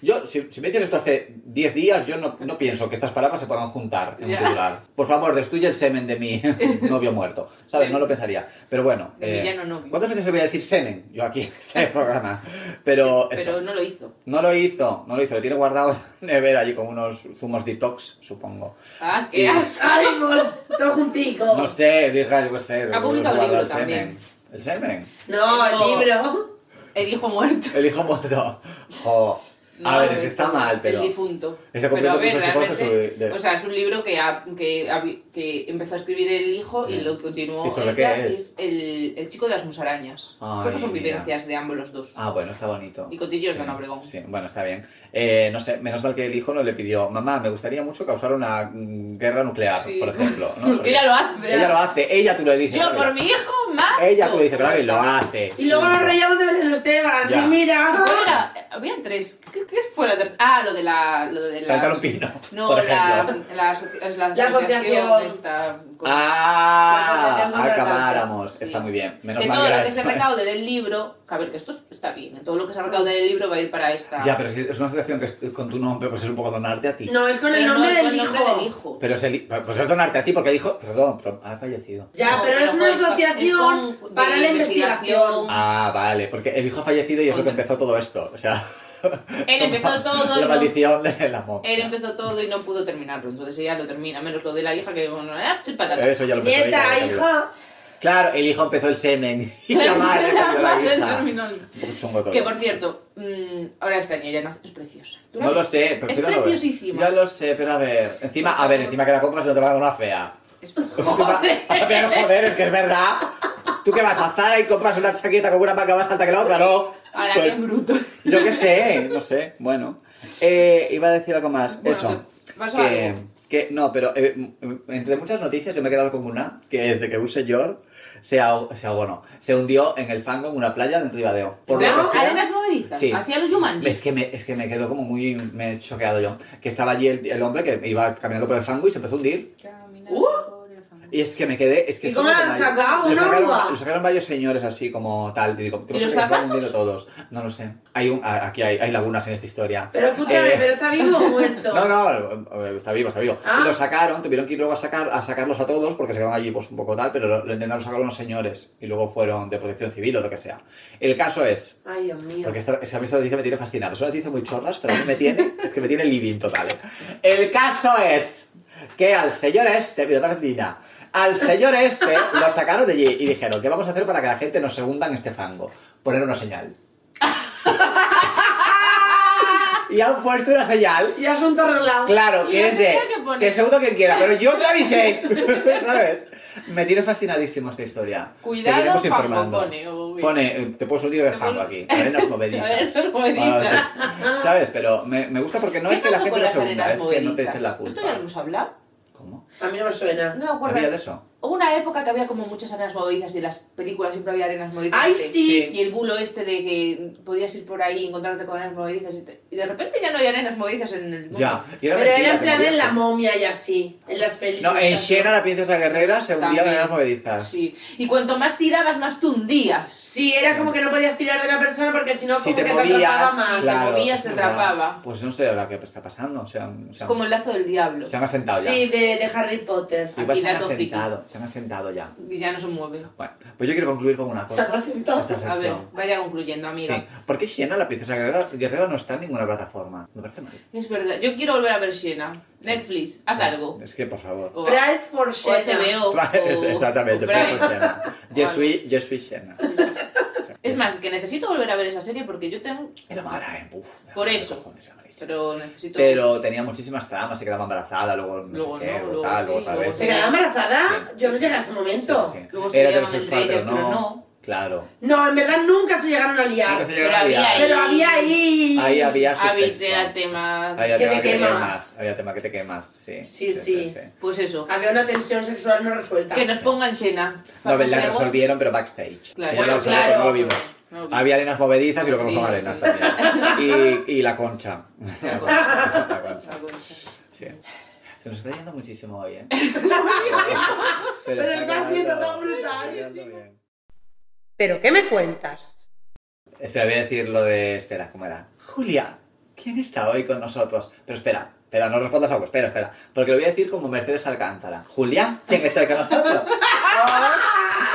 Yo, si, si me dices esto hace 10 días, yo no, no pienso que estas palabras se puedan juntar en un
Ya.
titular. Por favor, destruye el semen de mi [laughs] novio muerto. ¿Sabes? No lo pensaría. Pero bueno. eh,
De villano novio.
¿Cuántas veces se voy a decir semen? Yo aquí en este programa. Pero. eso.
Pero no lo hizo.
No lo hizo, no lo hizo, lo tiene guardado en la nevera allí con unos zumos detox, supongo.
Ah,
[laughs]
qué asco.
Pues, Ay, mol, todo juntico.
No sé, dije, yo qué sé.
Ha publicado
lo
un
guarda
libro
el
también.
semen. ¿El semen?
No, el
No.
libro.
El hijo muerto.
El hijo muerto. Jo. A
No,
ver, es que está
el-
mal, pero...
El difunto.
Está
pero a
cumpliendo
ver,
muchos hijos de su-
realmente,
de-
O sea, es un libro que, ha- que, ha- que empezó a escribir el hijo
Sí.
y lo que continuó.
¿Y sobre
ella
qué es?
el, el chico de las musarañas.
Ay,
Creo que son
mira.
vivencias de ambos los dos.
Ah, bueno, está bonito.
Y cotillos
sí,
de Ana Obregón.
Sí, bueno, está bien. Eh, no sé, menos mal que el hijo no le pidió, mamá, me gustaría mucho causar una mm, guerra nuclear,
Sí.
por ejemplo. ¿no?
[laughs] Porque ella lo hace.
Ella lo hace, ella tú le dices.
Yo
"Bravo".
por mi hijo mato.
Ella tú le dices, bravo,
[laughs]
y lo hace.
Y luego nos
Punto.
reíamos de Belén Esteban.
Ya.
Y mira.
¿Cuál era? Ah, Habían tres. ¿Qué, qué fue la tercera? Ah, lo de la. Lo de la
Cantar un pino,
No,
por
la,
ejemplo.
la, asoci- es la,
La asociación.
esta-
Ah,
pues,
Asociación contra el cáncer.
acabáramos.
Sí.
Está muy bien. Menos
de
mal
todo
era
lo que
esto,
se
¿eh?
recaude del libro, que a ver, que esto está bien, en todo lo que se recaude del libro va a ir para esta.
Ya, pero si es una asociación que es con tu nombre, pues es un poco donarte a ti.
No, es con el
Pero no,
nombre
es
del
el
hijo.
nombre del hijo.
Pero es el- pues es donarte a ti porque el hijo, perdón, pero ha fallecido.
Ya,
No,
pero
pero
es una
pues, es
asociación
con- de
para la investigación.
investigación.
Ah, vale, porque el hijo ha fallecido y es lo que empezó todo esto. O sea, [laughs]
Él empezó todo y
la
no-
maldición del amor.
Él empezó todo y no pudo terminarlo, entonces ella lo termina, menos lo de la hija que bueno, ah, sí, patata.
Eso ya lo empezó ella,
Nieta,
ya lo digo.
hija.
Claro, el hijo empezó el semen [laughs] y la
[laughs]
madre
La
terminó la
madre
hija.
terminó.
Un poco chungo todo.
Que por cierto, mm, ahora este año ya no es preciosa. ¿Tú la
No lo
ves?
sé, pero
Es
sí la veo.
preciosísima.
Ya lo sé, pero a ver. Encima, a ver, encima que la compras no te va a dar una fea. [laughs]
Es-
Tú va- A ver, joder, es que es verdad. ¿Tú qué vas a Zara y compras una chaqueta con una manga más alta que la otra? No.
Ahora
Pues,
que es bruto.
Yo qué
[laughs]
sé, no sé. Bueno. Eh, iba a decir algo más.
Bueno,
Eso.
que- vas a
Que,
algo.
que- no, pero eh, m- entre muchas noticias yo me he quedado con una, que es de que un señor se, ahog- se ahogó, no, se hundió en el fango en una playa de Ribadeo. Por lo
Claro,
que sea-
arenas movedizas,
Sí.
así a los Jumanji.
es que, me, es que me quedo como muy me he choqueado yo. Que estaba allí el, el hombre que iba caminando por el fango y se empezó a hundir.
¡Uh!
Y es que me quedé. Es que
¿Y cómo
solo
la
con
han
varios-
sacado?
Lo
¿Una
sacaron,
oruga?
lo sacaron varios señores así como tal. Y, digo,
¿Y los
van
zapatos?
hundiendo todos. No lo sé. Hay un, a- aquí hay, hay lagunas en esta historia.
Pero escúchame,
Eh,
pero está vivo o muerto.
[laughs] No, no, eh, está vivo, está vivo.
Ah.
Y lo sacaron, tuvieron que ir luego a, sacar, a sacarlos a todos porque se quedaron allí pues un poco tal, pero lo, lo intentaron sacar unos señores y luego fueron de protección civil o lo que sea. El caso es,
Ay, Dios mío.
porque esta, es que a mí esta noticia me tiene fascinado. Es una noticia muy chorras, pero a mí me tiene, [laughs] es que me tiene living total. ¿eh? El caso es que al señor este, mira, otra vez Dina, Al señor este lo sacaron de allí y dijeron, ¿qué vamos a hacer para que la gente nos se hunda en este fango? Poner una señal. y han puesto una señal.
Y asunto arreglado.
Claro,
Y la
que es de.
señal que pone.
Que se hunda quien quiera, pero yo te
[laughs]
avisé. ¿Sabes? Me tiene fascinadísimo esta historia.
Cuidado,
Seguiremos
fango
informando.
pone. o-
Pone, eh, te puedo un tiro de
Te
fango
puedo-
aquí.
[laughs]
Arenas movedizas.
Arenas movedizas.
Ah, sí. Ah, ¿Sabes? Pero me, me gusta porque no
¿Qué
es que la
pasó
gente
con
lo
las
segunda, es
arenas
que no te
movedizas?
eches la culpa.
Esto ya lo hemos hablado.
¿Cómo?
A mí no me suena.
No me acuerdo.
¿Había de eso?
Hubo una época que había como muchas arenas movedizas y en las películas siempre había arenas movedizas.
¡Ay,
Y te-
sí!
Y el bulo este de que podías ir por ahí y encontrarte con arenas movedizas y, te- y de repente ya no hay arenas movedizas en el mundo.
Ya. Y
Pero
mentira,
era en
que
plan
moría.
en la momia y así. En las pelis.
No, en
estas,
Xena, la princesa guerrera, se hundía de
También.
arenas movedizas.
Sí. Y cuanto más tirabas, más te hundías.
Sí, era como que no podías tirar de la persona porque si no, como
Si te
que
movías,
te atrapaba más.
claro. te movías, te
es verdad.
atrapaba.
Pues no sé ahora qué está pasando. Se han, se
Es
han-
como el lazo del diablo.
se han asentado ya.
Sí, de, de Harry Potter.
Igual
Aquí
se han
dato friki.
asentado. Se han asentado ya.
Y ya no se mueve.
Bueno, pues yo quiero concluir con una
Se
cosa.
ha sentado.
Esta
A ver,
sección.
vaya concluyendo, amiga.
Sí, porque Xena, la princesa guerrera, guerrera, no está en ninguna plataforma. Me parece mal.
Es verdad. Yo quiero volver a ver Siena. Netflix, haz
Sí,
algo. Oh,
Es que, por favor. [laughs]
O,
[laughs]
o
Pride for Xena.
HBO.
Es-
o-
Exactamente,
o
por
Prime.
favor, Xena. Je suis, je suis Xena.
[laughs] Es más, que necesito volver a ver esa serie porque yo tengo...
Era mala, ¿eh? Uf, era
Por
mala,
eso.
cojones, era malísima.
Pero necesito...
Pero tenía muchísimas tramas, se quedaba embarazada, luego no
Luego
sé qué,
no,
luego
luego
tal,
sí,
luego otra
luego
vez.
¿Se quedaba embarazada?
Sí.
Yo no llegué a ese
Sí,
momento.
sí, sí.
Luego se liaban entre
heterosexual,
ellas, pero no.
Claro.
No, en verdad nunca se llegaron a liar.
Nunca se llegaron a
había
liar.
ahí-
Pero había ahí.
Ahí había subtexto.
Había tema...
Había
que
tema
te
que te
quema.
quemas. Había tema que te quemas, sí.
Sí, sí.
Pues eso.
Había una tensión sexual no resuelta.
Que nos pongan Xena.
No, la
Facundo,
resolvieron, pero backstage.
Claro.
Ella
Bueno,
la resolvió,
claro.
No lo vimos.
No lo vimos.
Había arenas movedizas y lo que no son
Sí,
arenas
sí.
también. Y, y la concha.
La
concha. [laughs] La concha.
Facundo.
Sí. Se nos está yendo muchísimo hoy,
[laughs]
¿eh?
Pero está siendo
quedando-
tan brutal.
está quedando bien.
¿Pero qué me cuentas?
Espera, voy a decir lo de. Espera, ¿cómo era? Julia, ¿quién está hoy con nosotros? Pero espera, espera, no respondas algo, espera, espera. Porque lo voy a decir como Mercedes Alcántara. Julia, ¿quién está hoy con nosotros?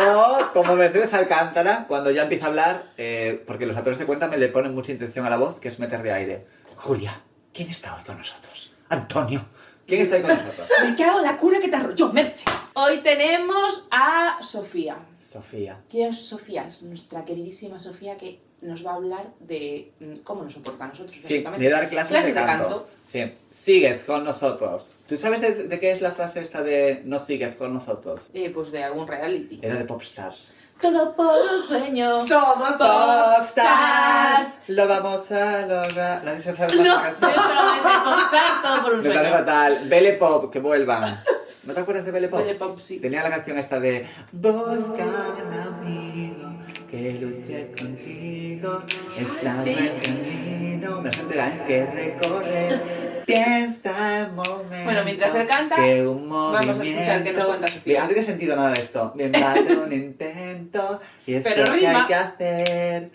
O, o como Mercedes Alcántara, cuando ya empieza a hablar, eh, porque los actores de cuenta me le ponen mucha intención a la voz, que es meterle aire. Julia, ¿quién está hoy con nosotros? Antonio, ¿quién está hoy con nosotros?
Me cago en la cura que te arro... Yo, Merche. Hoy tenemos a Sofía.
Sofía.
¿Quién es Sofía? Es nuestra queridísima Sofía que nos va a hablar de mm, cómo nos soporta a nosotros,
Sí,
básicamente.
de dar clases, de,
Clases de
canto.
canto.
Sí. Sigues con nosotros. ¿Tú sabes de, de qué es la frase esta de no sigues con nosotros?
Eh, pues de algún reality.
Era de Popstars.
Todo por un sueño.
Somos popstars.
Lo vamos a lograr. Nadie se sabe
No.
la
Yo [laughs]
canción.
solo me sé contar todo por un
Me parece
sueño.
fatal. Belle Pop, que vuelvan. ¿No te acuerdas de Belle Pop?
Oye, Pop, sí.
Tenía la canción esta de Busca un amigo que luche contigo. Está
Sí.
el camino. No tendrán que recorrer. Piensa el momento.
Bueno, mientras él canta,
que un
vamos a escuchar
movimiento-
qué nos cuenta Sofía.
Mira, No tiene sentido nada de esto. Bien, vale un intento. Y es
Pero
lo que hay
rima.
que hacer.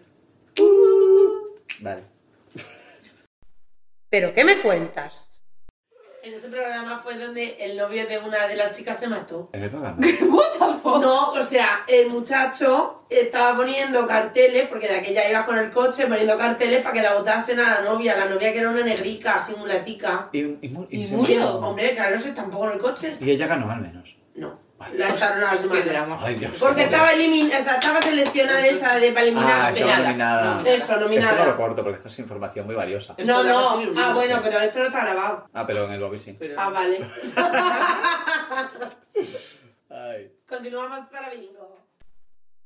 Uh. Vale.
¿Pero qué me cuentas?
En ese programa fue donde el novio de una de las chicas se mató.
En el programa.
[laughs] What the fuck?
No, o sea, el muchacho estaba poniendo carteles, porque de aquella ibas con el coche poniendo carteles para que la votasen a la novia, la novia que era una negrica, así una latica.
Y, y mu- y
¿Y
se
murió?
Hombre, claro, se estampó con el coche.
Y ella ganó al menos.
No,
Ay,
la echaron a las
Qué
manos.
drama.
Ay, Dios.
Porque
joder.
estaba eliminada, o sea, estaba seleccionada esa de para
Ah,
eliminarse.
estaba
Nominada.
nominada.
Nominada.
Eso,
Esto no lo
nominada.
corto porque esto es información muy valiosa.
Esto
No,
lo va a escribir
no.
un
Ah,
libro.
bueno, pero esto no está grabado.
Ah, pero en el lobby sí.
Pero-
Ah, vale. [laughs]
Ay.
Continuamos para bingo.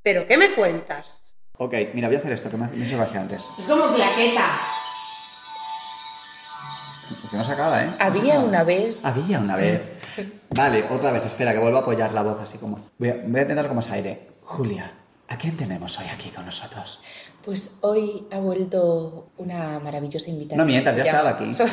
¿Pero qué me cuentas?
Ok, mira, voy a hacer esto que me me hizo gracia antes.
Es como claqueta.
Que no se acaba, ¿eh?
Había una vez...
Había una vez. Vale, otra vez, espera, que vuelvo a apoyar la voz así como. Voy a, voy a tener como más aire. Julia, ¿a quién tenemos hoy aquí con nosotros?
Pues hoy ha vuelto una maravillosa invitada.
[laughs] No mientas,
Se
ya
llama-
estaba aquí.
So-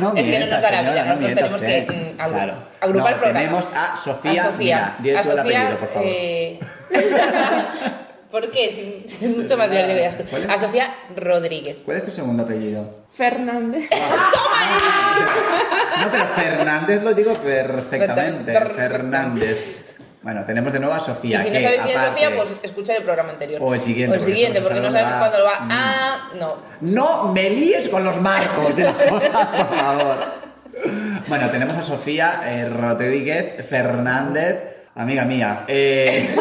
No
Es que no
mientas,
nos dará,
señora,
mira,
no
nosotros
mientas,
tenemos que
¿eh?
mm, agru-
Claro.
agrupar
no,
programas.
Tenemos a Sofía.
A Sofía.
Mira, di tú
a
el
Sofía,
apellido, por favor.
eh, [laughs] ¿Por qué? Si- es mucho más divertido que digas tú.
Pues ¿Cuál es?
A Sofía Rodríguez.
¿Cuál es tu segundo apellido? Ah.
Fernández.
No, pero Fernández lo digo perfectamente.
Perfecta.
Fernández. Bueno, tenemos de nuevo a
Y
Sofía.
si no
que,
sabes quién es
aparte-
Sofía, pues escucha el programa anterior.
O el siguiente,
O el
porque
siguiente, porque no
nosotros
sabemos
no
cuándo lo va.
sabemos
Ah, no.
No me líes con los marcos de las cosas, por favor. Bueno, tenemos a Sofía eh, Rodríguez Fernández, amiga mía, eh,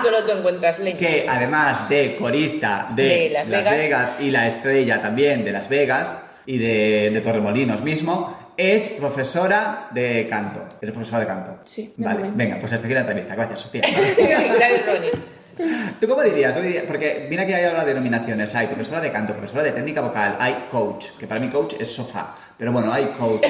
Solo tú encuentras leña.
que además de corista de,
De Las Vegas.
y la estrella también de Las Vegas y de, de Torremolinos mismo, es profesora de canto. Eres profesora de canto.
Sí, de
Vale,
momento.
venga, pues hasta aquí la entrevista. Gracias, Sofía.
[laughs] Gracias, Ronnie.
¿Tú cómo dirías? Tú dirías- Porque mira que hay ahora denominaciones. Hay profesora de canto, profesora de técnica vocal, hay coach, que para mí coach es sofá. Pero bueno, hay coach.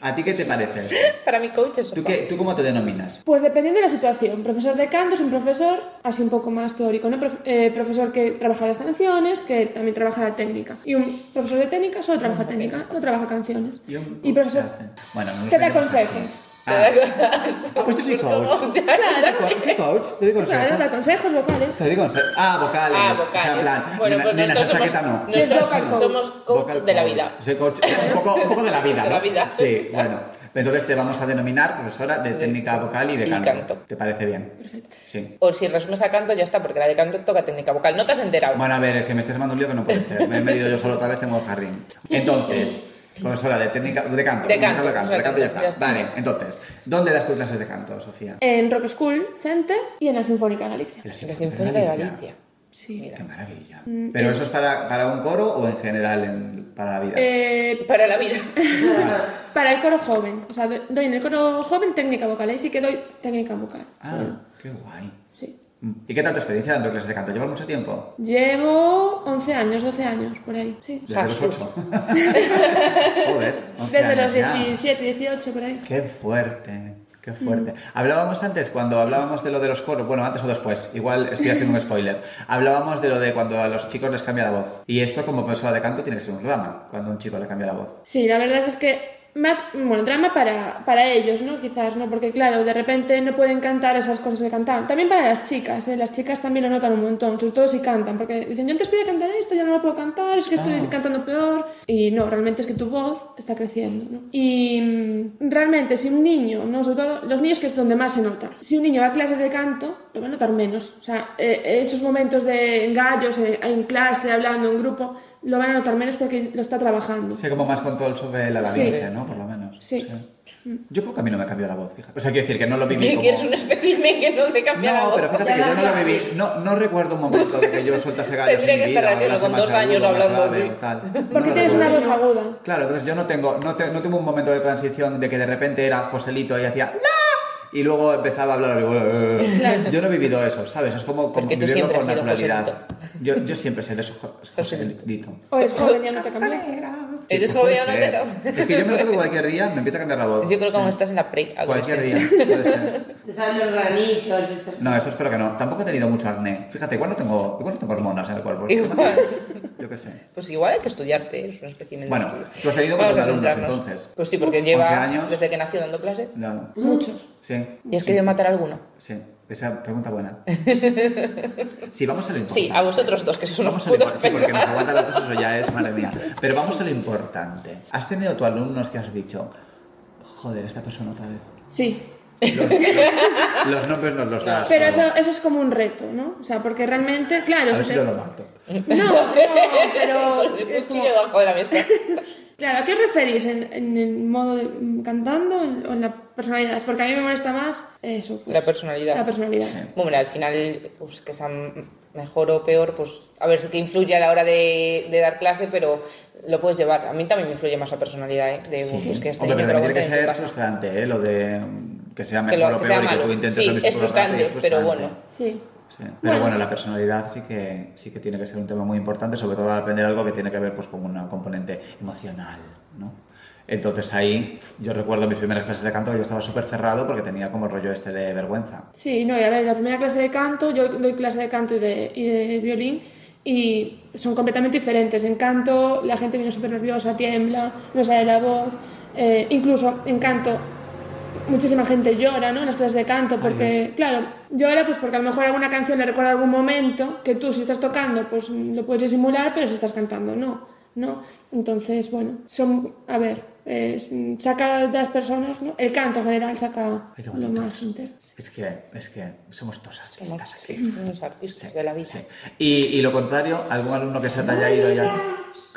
¿A ti qué te parece?
Para mi coach es
¿Tú,
sofá.
qué, ¿Tú cómo te denominas?
Pues dependiendo de la situación. Profesor de canto es un profesor así un poco más teórico, ¿no? Prof- eh, profesor que trabaja las canciones, que también trabaja la técnica. Y un profesor de técnica solo trabaja técnica, no trabaja canciones.
¿Y un
Y
coach
profesor...
qué hace? Bueno, no lo
que
sé
da
qué pasa.
consejos.
Ah, Ah, pues yo soy coach.
Claro,
Yo soy coach, te doy
claro, da
consejos.
consejos vocales.
Te doy consejos. Ah, vocales.
Ah,
O sea, en plan,
vocal. Bueno,
nena-
pues
nena,
nosotros
esa chaqueta
somos,
no.
Sí, es vocal
nosotros
coach.
somos coach
Vocal
de la
coach.
vida.
Soy coach, un poco, un poco de la vida,
De la
¿no?
vida.
Sí, bueno. Entonces te vamos a denominar profesora de técnica vocal y de
y
canto.
canto.
¿Te parece bien? Perfecto. Sí.
O si resumes a canto, ya está, porque la de canto toca técnica vocal. No te has enterado.
Bueno, a ver, es que me estás armando un lío que no puede ser. Me he medido yo solo otra vez en el jardín. Entonces, profesora de técnica de canto.
De
vamos a
canto,
dejarlo de canto, de
profesora
canto ya
de canto,
está.
ya está.
Vale, entonces, ¿dónde das tus clases de canto, Sofía?
En Rock School Center y en la Sinfónica de Galicia.
En
La Sinfónica Pues de Galicia.
Sí.
Qué maravilla.
Mm,
¿Pero eso es para, para un coro o en general en- para la vida?
Eh,
Para la vida.
Vale.
para el coro joven. O sea, do- doy en el coro joven técnica vocal. Ahí sí que doy técnica vocal.
Ah, qué guay. Mm.
Sí.
¿Y qué tal tu experiencia dando clases de canto? ¿Llevas mucho tiempo?
Llevo 11 años, 12 años, por ahí. Sí.
Desde los
Jesús.
8. [laughs] Joder. 11
Desde
años
los
ya.
17, 18, por ahí.
Qué fuerte, qué fuerte. Hablábamos antes, cuando hablábamos de lo de los coros, bueno, antes o después, igual estoy haciendo un spoiler. Hablábamos de lo de cuando a los chicos les cambia la voz. Y esto, como persona de canto, tiene que ser un drama, cuando a un chico le cambia la voz.
Sí, la verdad es que más, bueno, drama para, para ellos, ¿no? Quizás, ¿no? Porque claro, de repente no pueden cantar esas cosas que cantaban. También para las chicas, ¿eh? Las chicas también lo notan un montón, sobre todo si cantan, porque dicen, yo antes podía cantar esto, ya no lo puedo cantar, es que estoy
Ah.
cantando peor. Y no, realmente es que tu voz está creciendo, ¿no? Y mm, realmente si un niño, ¿no? Sobre todo los niños que es donde más se nota, si un niño va a clases de canto, lo va a notar menos. O sea, eh, esos momentos de gallos eh, en clase, hablando en grupo, lo van a notar menos porque lo está trabajando.
O sea, como más control sobre la
Sí.
labincia, ¿no? Por lo menos.
Sí.
Yo creo que a mí no me cambió la voz, fíjate. O sea, quiero decir que no lo viví
Que
como...
quieres un espécimen que no te cambia la
No,
voz.
pero fíjate
Ya
que yo
la
no lo
clase.
viví. No, no recuerdo un momento de que yo
[laughs]
soltase gallos
Tendría
en mi
que estar
vida,
gracioso
hablase
con
más
dos
agudo,
años
más
hablando
grave
así.
o tal. No
Porque
lo
tienes una
recuerdo.
voz aguda.
Claro, entonces yo no tengo, no, te- no tuve un momento de transición de que de repente era Joselito y hacía ¡La! y luego empezaba a hablar. y bueno, eh, Yo no he vivido eso, ¿sabes? Es como, como
Porque tú
vivirlo
siempre
con
has sido
naturalidad. Yo, yo siempre seré eso, Jo- Joselito.
O es joven ya no te cambia.
Eres
Sí, puede
joven o no te
ser.
cambia.
Es que yo me noto que cualquier día me empieza a cambiar la voz.
Yo creo que aún estás en la pre
Cualquier día, puede ser.
Te salen los granitos. estas-
No, eso espero que no. Tampoco he tenido mucho acné. Fíjate, igual no tengo, igual no tengo hormonas en el cuerpo. Yo qué sé.
Pues igual hay que estudiarte, ¿eh? es un espécimen. de
Bueno,
estudio.
tú has tenido
Vamos
muchos
a
alumnos,
centrarnos.
entonces.
Pues sí, porque
11
lleva
años.
desde que nació dando clase.
No,
Muchos.
sí.
¿Y has querido matar alguna?
Sí, esa pregunta
[laughs]
buena. Sí, vamos a lo importante.
Sí, a vosotros dos, que sois unos
Vamos a lo
putos
importante, sí, porque nos
pesados.
aguantan las cosas, eso ya es madre mía. Pero vamos a lo importante. ¿Has tenido tu alumnos que has dicho, joder, esta persona otra vez?
Sí.
Los, los- los nombres nos los das.
Pero
o-
eso, eso es como un reto, ¿no? O sea, porque realmente, claro,
A ver
si
si
te-
yo lo mato.
[laughs] no, no, pero
Con [laughs] el
es como-
cuchillo debajo de la mesa.
claro, ¿a qué os referís en, en el modo de mm, cantando o en- o en la personalidad? Porque a mí me molesta más eso, pues,
La personalidad.
La personalidad.
Bueno, mira, al final, pues que sea m- mejor o peor, pues a ver qué influye a la hora de, de dar clase, pero lo puedes llevar. A mí también me influye más la personalidad, ¿eh? De pues, que este
Hombre, pero
niño
también
pregunta
tiene que
en su
ser
casa.
frustrante, ¿eh? Lo de mm, que sea
Que
mejor
lo-
o peor
que sea
y que tú
malo.
intentes
Sí,
lo mismo
es
todo el rato y
frustrante, pero bueno.
Sí.
Sí, Pero
Bueno.
bueno, la personalidad sí que, sí que tiene que ser un tema muy importante, sobre todo al aprender algo que tiene que ver pues, con una componente emocional, ¿no? Entonces ahí, yo recuerdo mis primeras clases de canto, yo estaba súper cerrado porque tenía como el rollo este de vergüenza.
Sí, no, y a ver, la primera clase de canto, yo doy clase de canto y de, y de violín y son completamente diferentes. En canto la gente viene súper nerviosa, tiembla, no sale la voz, eh, incluso en canto muchísima gente llora, ¿no? En las clases de canto, porque, claro, llora pues porque a lo mejor alguna canción le recuerda algún momento que tú si estás tocando pues mm, lo puedes disimular, pero si estás cantando no, ¿no? Entonces, bueno, son, a ver, es, mm, saca de las personas, ¿no? El canto en general saca
Ay, qué
lo
bonito.
más entero.
Es que, es que somos todos
Somos
artistas aquí.
sí, unos artistas de la vida.
Sí. Y, y lo contrario, algún alumno que se te haya ido ya...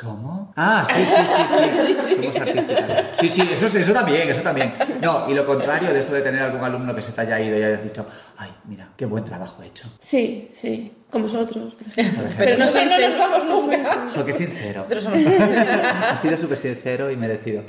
¿Cómo? Ah, sí, sí, sí, sí. Somos artísticas. Sí, sí, eso, sí, eso también, eso también. No, y lo contrario de esto de tener algún alumno que se te haya ido y hayas dicho, ay, mira, qué buen trabajo he hecho.
sí, sí, con vosotros. por ejemplo.
Por ejemplo.
Pero
no
nosotros no
sois
nos vamos nunca.
ustedes.
Porque sincero.
Nosotros somos...
Ha sido súper sincero y
[laughs]
merecido.
[laughs]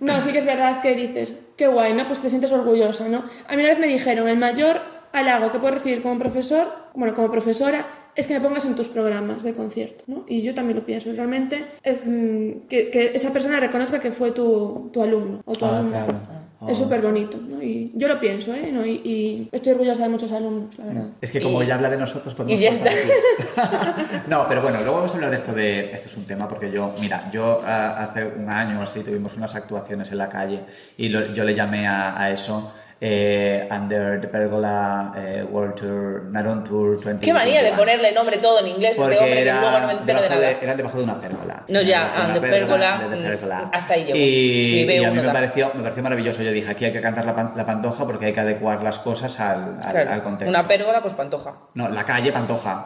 No, sí que es verdad que dices, qué guay, ¿no? Pues te sientes orgullosa, ¿no? A mí una vez me dijeron, el mayor halago que puedo recibir como profesor, bueno, como profesora, es que me pongas en tus programas de concierto, ¿no? Y yo también lo pienso, realmente es mm, que, que esa persona reconozca que fue tu, tu alumno o tu
Ah,
alumna.
claro. Ah.
Es súper bonito, ¿no? Y yo lo pienso, ¿eh? ¿No? Y, y estoy orgullosa de muchos alumnos,
Mm.
la verdad.
Es que como
Y-
ya habla de nosotros, pues
y
nos
ya
pasa
[laughs]
aquí. no, pero bueno, luego vamos a hablar de esto de... Esto es un tema porque yo, mira, yo ah, hace un año o así tuvimos unas actuaciones en la calle y lo- yo le llamé a, a eso... eh, Under the Pergola eh, World Tour, Naron Tour 20
Qué manía de ponerle nombre todo en inglés a
Porque
este hombre
era
que luego no me entero de
debajo
nada.
era debajo de una pérgola.
No, ya,
Debajo de
ah,
una
de pérgola,
de
mm,
pérgola.
hasta ahí llego.
Y,
Y veo
y a mí
uno
me
tal.
pareció, me pareció maravilloso. Yo dije, aquí hay que cantar la, pan- la pantoja porque hay que adecuar las cosas al, al-
Claro,
al contexto.
Una pérgola, pues pantoja.
No, la calle
[laughs]
Pantoja.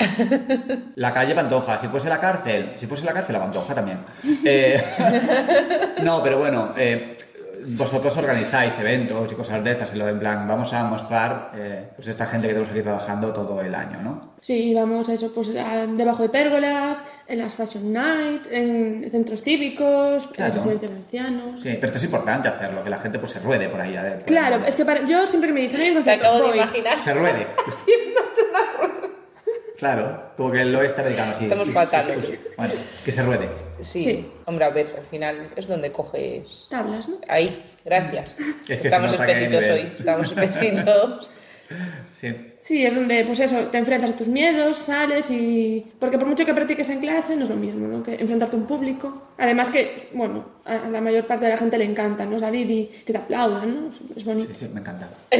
La calle Pantoja. Si fuese la cárcel, si fuese la cárcel, la Pantoja
[laughs]
también. Eh, [laughs] no, pero bueno, eh, vosotros organizáis eventos y cosas de estas, en lo- en plan, vamos a mostrar eh, pues esta gente que tenemos aquí trabajando todo el año, ¿no?
Sí, vamos a eso, pues a- debajo de pérgolas, en las Fashion Night, en centros cívicos,
Claro.
en residencias de ancianos.
Sí, pero esto es importante hacerlo, que la gente pues se ruede por ahí. a ver, por
Claro,
ahí.
es que para, yo siempre que me dicen, "Hay un
Te
concierto",
acabo de
voy.
imaginar.
Se ruede. Claro, como que el oeste americano, sí.
Estamos fatal. ¿eh?
Bueno, que se ruede.
Sí.
Sí.
Hombre, a ver, al final es donde coges.
Tablas, ¿no?
Ahí, gracias.
Es que
Estamos
se nota que hay
espesitos
nivel.
hoy. Estamos [laughs] espesitos.
Sí.
Sí, es donde, pues eso, te enfrentas a tus miedos, sales y... Porque por mucho que practiques en clase, no es lo mismo, ¿no? Que enfrentarte a un público. Además que, bueno, a a la mayor parte de la gente le encanta, ¿no? Salir y que te aplaudan, ¿no? Es- Es bonito.
Sí, sí, me encanta.
¿De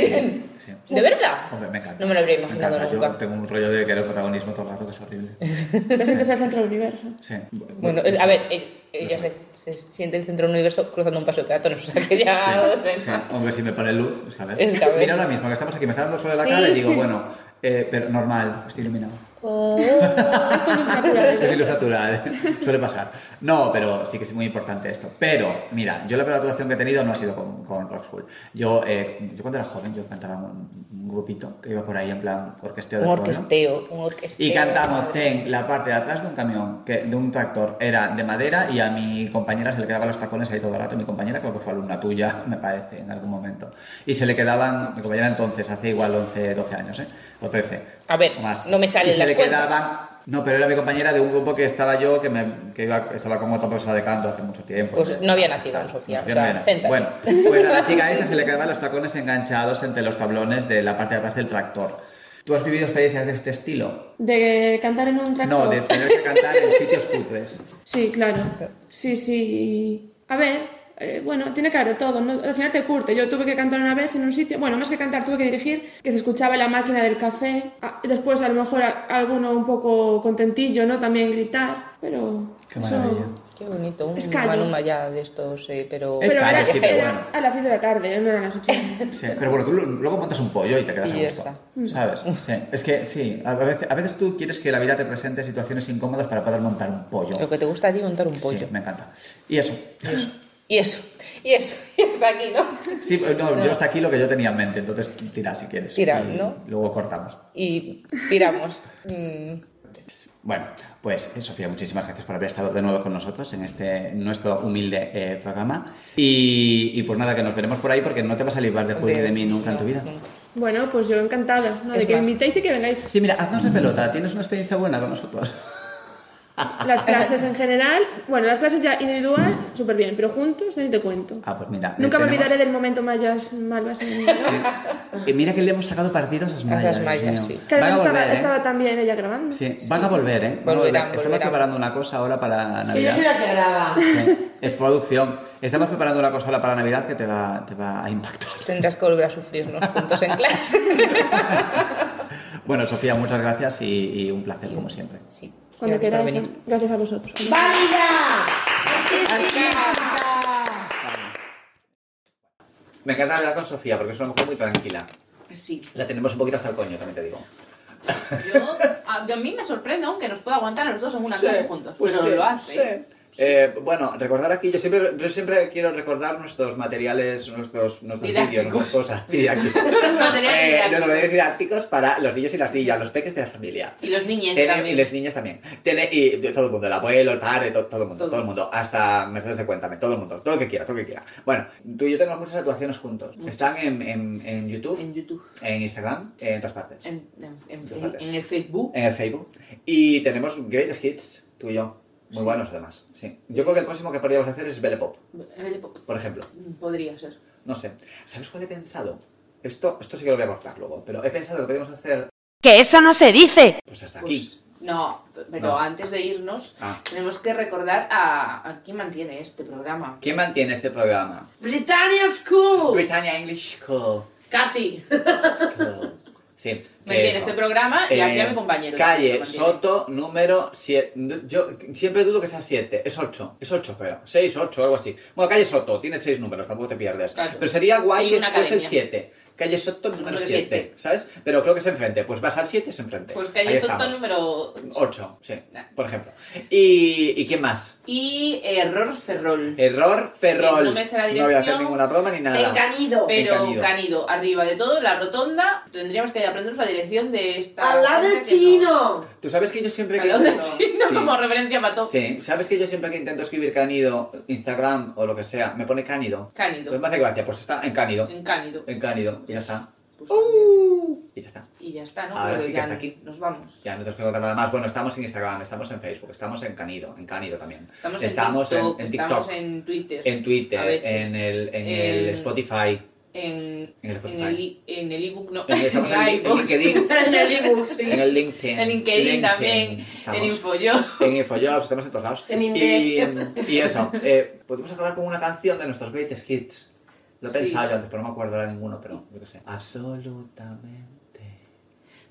Sí.
verdad?
Hombre, me encanta.
No me lo habría
Me
imaginado
encanta. Yo
nunca.
tengo un rollo de que el protagonismo todo el rato que es horrible.
Te sientes el centro del universo.
Sí.
Bueno, es- a ver, ella, ella se, se siente el centro del universo cruzando un paso de peatones. O sea que ya.
Sí, sí. Hombre, si me pone luz, es que a ver.
ah, Es que a ver.
Mira ahora mismo que estamos aquí, me está dando solo la
Sí,
cara y digo,
sí.
bueno, eh, pero normal, estoy iluminado.
Esto es natural.
[laughs] Es luz natural, suele pasar. No, pero sí que es muy importante esto. Pero, mira, yo la peor actuación que he tenido no ha sido con, con Rock School. Yo, eh, yo cuando era joven, yo cantaba un, un grupito que iba por ahí en plan orquesteo de
Un
pueblo.
orquesteo, un orquesteo.
Y cantamos en la parte de atrás de un camión, que, de un tractor, era de madera y a mi compañera se le quedaban los tacones ahí todo el rato. Mi compañera creo que fue alumna tuya, me parece, en algún momento. Y se le quedaban, mi compañera entonces, hace igual 11, 12 años, ¿eh? O 13.
A ver,
o más.
no me salen
Y se
las
le
cuentas.
quedaban... No, pero era mi compañera de un grupo que estaba yo, que, me, que iba, estaba como otra persona de canto hace mucho tiempo.
Pues no había nacido en Sofía, o sea,
no había nacido.
céntrate.
Bueno, pues a la chica esta se le quedaban los tacones enganchados entre los tablones de la parte de atrás del tractor. ¿Tú has vivido experiencias de este estilo?
De cantar en un tractor.
No, de tener que cantar en sitios cutres.
Sí, claro. Sí, sí. A ver, eh, bueno, tiene que haber de todo. ¿no? Al final te curte. Yo tuve que cantar una vez en un sitio, bueno, más que cantar, tuve que dirigir, que se escuchaba la máquina del café. Ah, Después, a lo mejor, a- alguno un poco contentillo, ¿no? También gritar, pero.
Qué
eso-
maravilla.
Qué bonito, un
Es callo.
Maluma ya de estos, eh, pero.
Es
Pero
callo,
era,
sí, pero
era
bueno.
a las 6 de la tarde, ¿eh? no eran
[laughs]
las 8.
Sí, pero bueno, tú lo- luego montas un pollo y te quedas
Y
a
ya
gusto. ¿Sabes? Sí. Es que sí, a veces, a veces tú quieres que la vida te presente situaciones incómodas para poder montar un pollo.
Lo que te gusta a ti montar un pollo.
Sí, me encanta. Y eso.
Y eso, y eso, [laughs] y está aquí, ¿no?
Sí, pues, no, yo hasta aquí lo que yo tenía en mente, entonces tira si quieres.
Ah. Tira,
Y
¿no?
Luego cortamos.
Y tiramos. Mm,
Bueno, pues eh, Sofía, muchísimas gracias por haber estado de nuevo con nosotros en este nuestro humilde eh, programa. Y, y pues nada, que nos veremos por ahí porque no te vas a librar de Julio y de mí nunca en tu
no,
vida.
nunca.
Bueno, pues yo encantada, ¿no?
Es
De que
más.
invitéis y que vengáis.
Sí, mira, haznos de pelota, tienes una experiencia buena con nosotros. [laughs]
Las clases en general, bueno, las clases ya individual, súper bien, pero juntos, ni te cuento.
Ah, pues mira.
Nunca me
tenemos-
olvidaré del momento mayas malvas en
Y mira que le hemos sacado partido a esas mayas.
esas mayas,
Dios mío.
sí.
Que
Van a
además
volver,
estaba,
¿eh?
estaba también ella grabando.
Sí, van a volver, ¿eh? Van a volver.
Volverán,
Estamos
volverán.
preparando una cosa ahora para
Que yo
Navidad.
soy la que graba.
Sí, [laughs] Es producción. Estamos preparando una cosa ahora para Navidad que te va, te va a impactar.
Tendrás que volver a sufrirnos juntos en clase.
Bueno, Sofía, muchas gracias y, y un placer como siempre.
Sí, gracias
Cuando
por
queráis.
venir.
¿eh? Gracias a vosotros.
¡Válida!
Me encanta hablar con Sofía porque es una mujer muy tranquila.
Sí.
La tenemos un poquito hasta el coño, también te digo.
Yo a, a mí me sorprende aunque nos pueda aguantar a los dos en una
Sí,
clase juntos.
pues
pero
sí,
lo hace.
sí. Eh, bueno, recordar aquí, yo siempre, yo siempre quiero recordar nuestros materiales, nuestros, nuestros vídeos,
Didácticos.
nuestras cosas. [laughs] Didácticos.
[laughs] Los materiales
Eh,
didácticos.
los materiales didácticos para los niños y las niñas, los peques de la familia.
Y los niños
Tiene-
también.
Y las niñas también. Tiene, y de todo el mundo, el abuelo, el padre, to- todo el mundo,
Todo.
todo, el mundo. Hasta Mercedes de Cuéntame, todo el mundo, todo el que quiera, todo el que quiera. Bueno, tú y yo tenemos muchas actuaciones juntos. Están en, en, en YouTube,
En YouTube,
en Instagram, en todas partes.
en, en- en-
Todas partes.
en el Facebook.
En el Facebook. Y tenemos Greatest Hits, tú y yo. Muy buenos, además. Sí. Yo creo que el próximo que podríamos hacer es Belle Pop,
en el-
por ejemplo.
Podría ser.
No sé. ¿Sabes cuál he pensado? Esto, esto sí que lo voy a cortar luego, pero he pensado que podemos hacer,
¡Que eso no se dice!
pues hasta aquí.
Pues, no, pero
No.
antes de irnos,
Ah.
tenemos que recordar a, a quién mantiene este programa.
¿Quién mantiene este programa?
Britannia
Oh.
School.
Britannia English School.
Casi.
School.
[laughs]
Sí.
Mantiene
eso.
este programa y aquí
Eh,
a mi compañero. que lo
Calle
mantiene.
Soto, número 7. Yo siempre dudo que sea 7, es 8, es 8 creo. 6, 8, algo así. Bueno, Calle Soto, tiene 6 números, tampoco te pierdes.
Claro.
Pero sería guay
Y
que
una
fuese el
academia.
7. Calle Soto, número
Número
7,
siete.
¿sabes? Pero creo que es enfrente, pues vas al 7, es enfrente.
Pues Calle
Ahí
Soto
estamos.
número
8, sí,
Ah.
por ejemplo. ¿Y, ¿Y quién más?
Y Error Ferrol.
Error Ferrol.
No me sé la
voy a hacer
dirección.
ninguna broma ni nada.
Encanido.
Pero
Canido.
Canido. arriba de todo, la rotonda, tendríamos que aprendernos la dirección de esta.
Al lado
gente
del
que no-
chino.
Tú sabes que yo siempre
Al
que
lado del
intento-
chino,
Sí.
como referencia para todo.
Sí, sabes que yo siempre que intento escribir cánido, Instagram o lo que sea, me pone cánido. Pues
Cánido.
me hace gracia, pues está en cánido.
En Cánido.
En cánido, y ya está.
Pues,
Y ya está.
Y ya está, ¿no?
Uh. Ahora
Creo
sí que
ya
hasta aquí.
Nos vamos.
Ya no tengo que contar nada más. Bueno, estamos en Instagram, estamos en Facebook, estamos en cánido, en cánido también.
Estamos,
Estamos en-
en TikTok,
en
estamos
TikTok.
en Twitter, en,
En
A
Twitter,
veces.
en el, en el
En-
Spotify,
en,
en el Spotify.
el, i- en el ebook, no,
pues En- estamos
[laughs]
en, li- [laughs] en
iBook,
LinkedIn.
En el ebook, sí.
[laughs]
En el LinkedIn.
en LinkedIn también,
Estamos
en Infoyo.
En InfoJobs, estamos en todos lados.
En
y,
Indeed.
y eso, eh, podemos acabar con una canción de nuestros greatest hits. Lo he
Sí.
pensado yo antes, pero no me acuerdo ahora ninguno, pero yo qué sé. Absolutamente.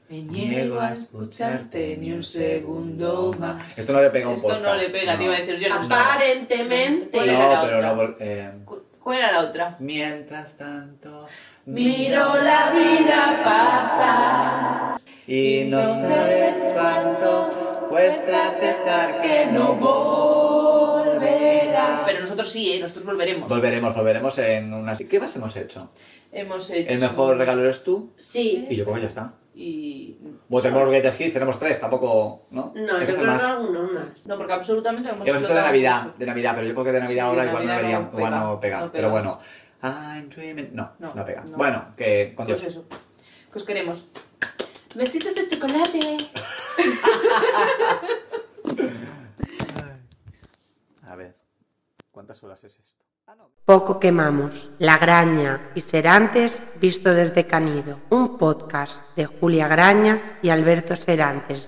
Me niego a escucharte ni un segundo más.
Esto no le pega a un
Esto no
podcast, Ah,
le pega, te iba a decir yo. No, sé.
Aparentemente.
Era
No,
la
pero
otra.
no. vol- eh,
Cu- ¿Cuál era la otra?
mientras tanto.
Miro la vida pasar.
Y no sabes cuánto cuesta aceptar que no volverás.
Pero nosotros sí, ¿eh? nosotros volveremos.
Volveremos, volveremos en unas. ¿Qué más hemos hecho?
Hemos hecho.
El mejor regalo eres tú
Sí.
y yo creo que ya está.
Y.
Bueno, tenemos Greatest Hits, tenemos tres, tampoco. No,
No, yo
Hay que hacer
creo que
más.
algunos más.
No, porque absolutamente lo hemos
Hemos hecho de
explotado
Navidad,
mucho.
de Navidad, pero yo creo que de Navidad
Sí,
ahora
de
igual, no,
Navidad no
debería- igual
pega,
no pega.
no
Pero
pega.
bueno, I'm dreaming. No, no,
No,
pega.
no.
Bueno, que con
Pues
Dios.
eso. Que os queremos. Besitos de chocolate.
A ver, ¿cuántas horas es esto?
Poco quemamos. La Graña y Serantes visto desde Canido. Un podcast de Julia Graña y Alberto Serantes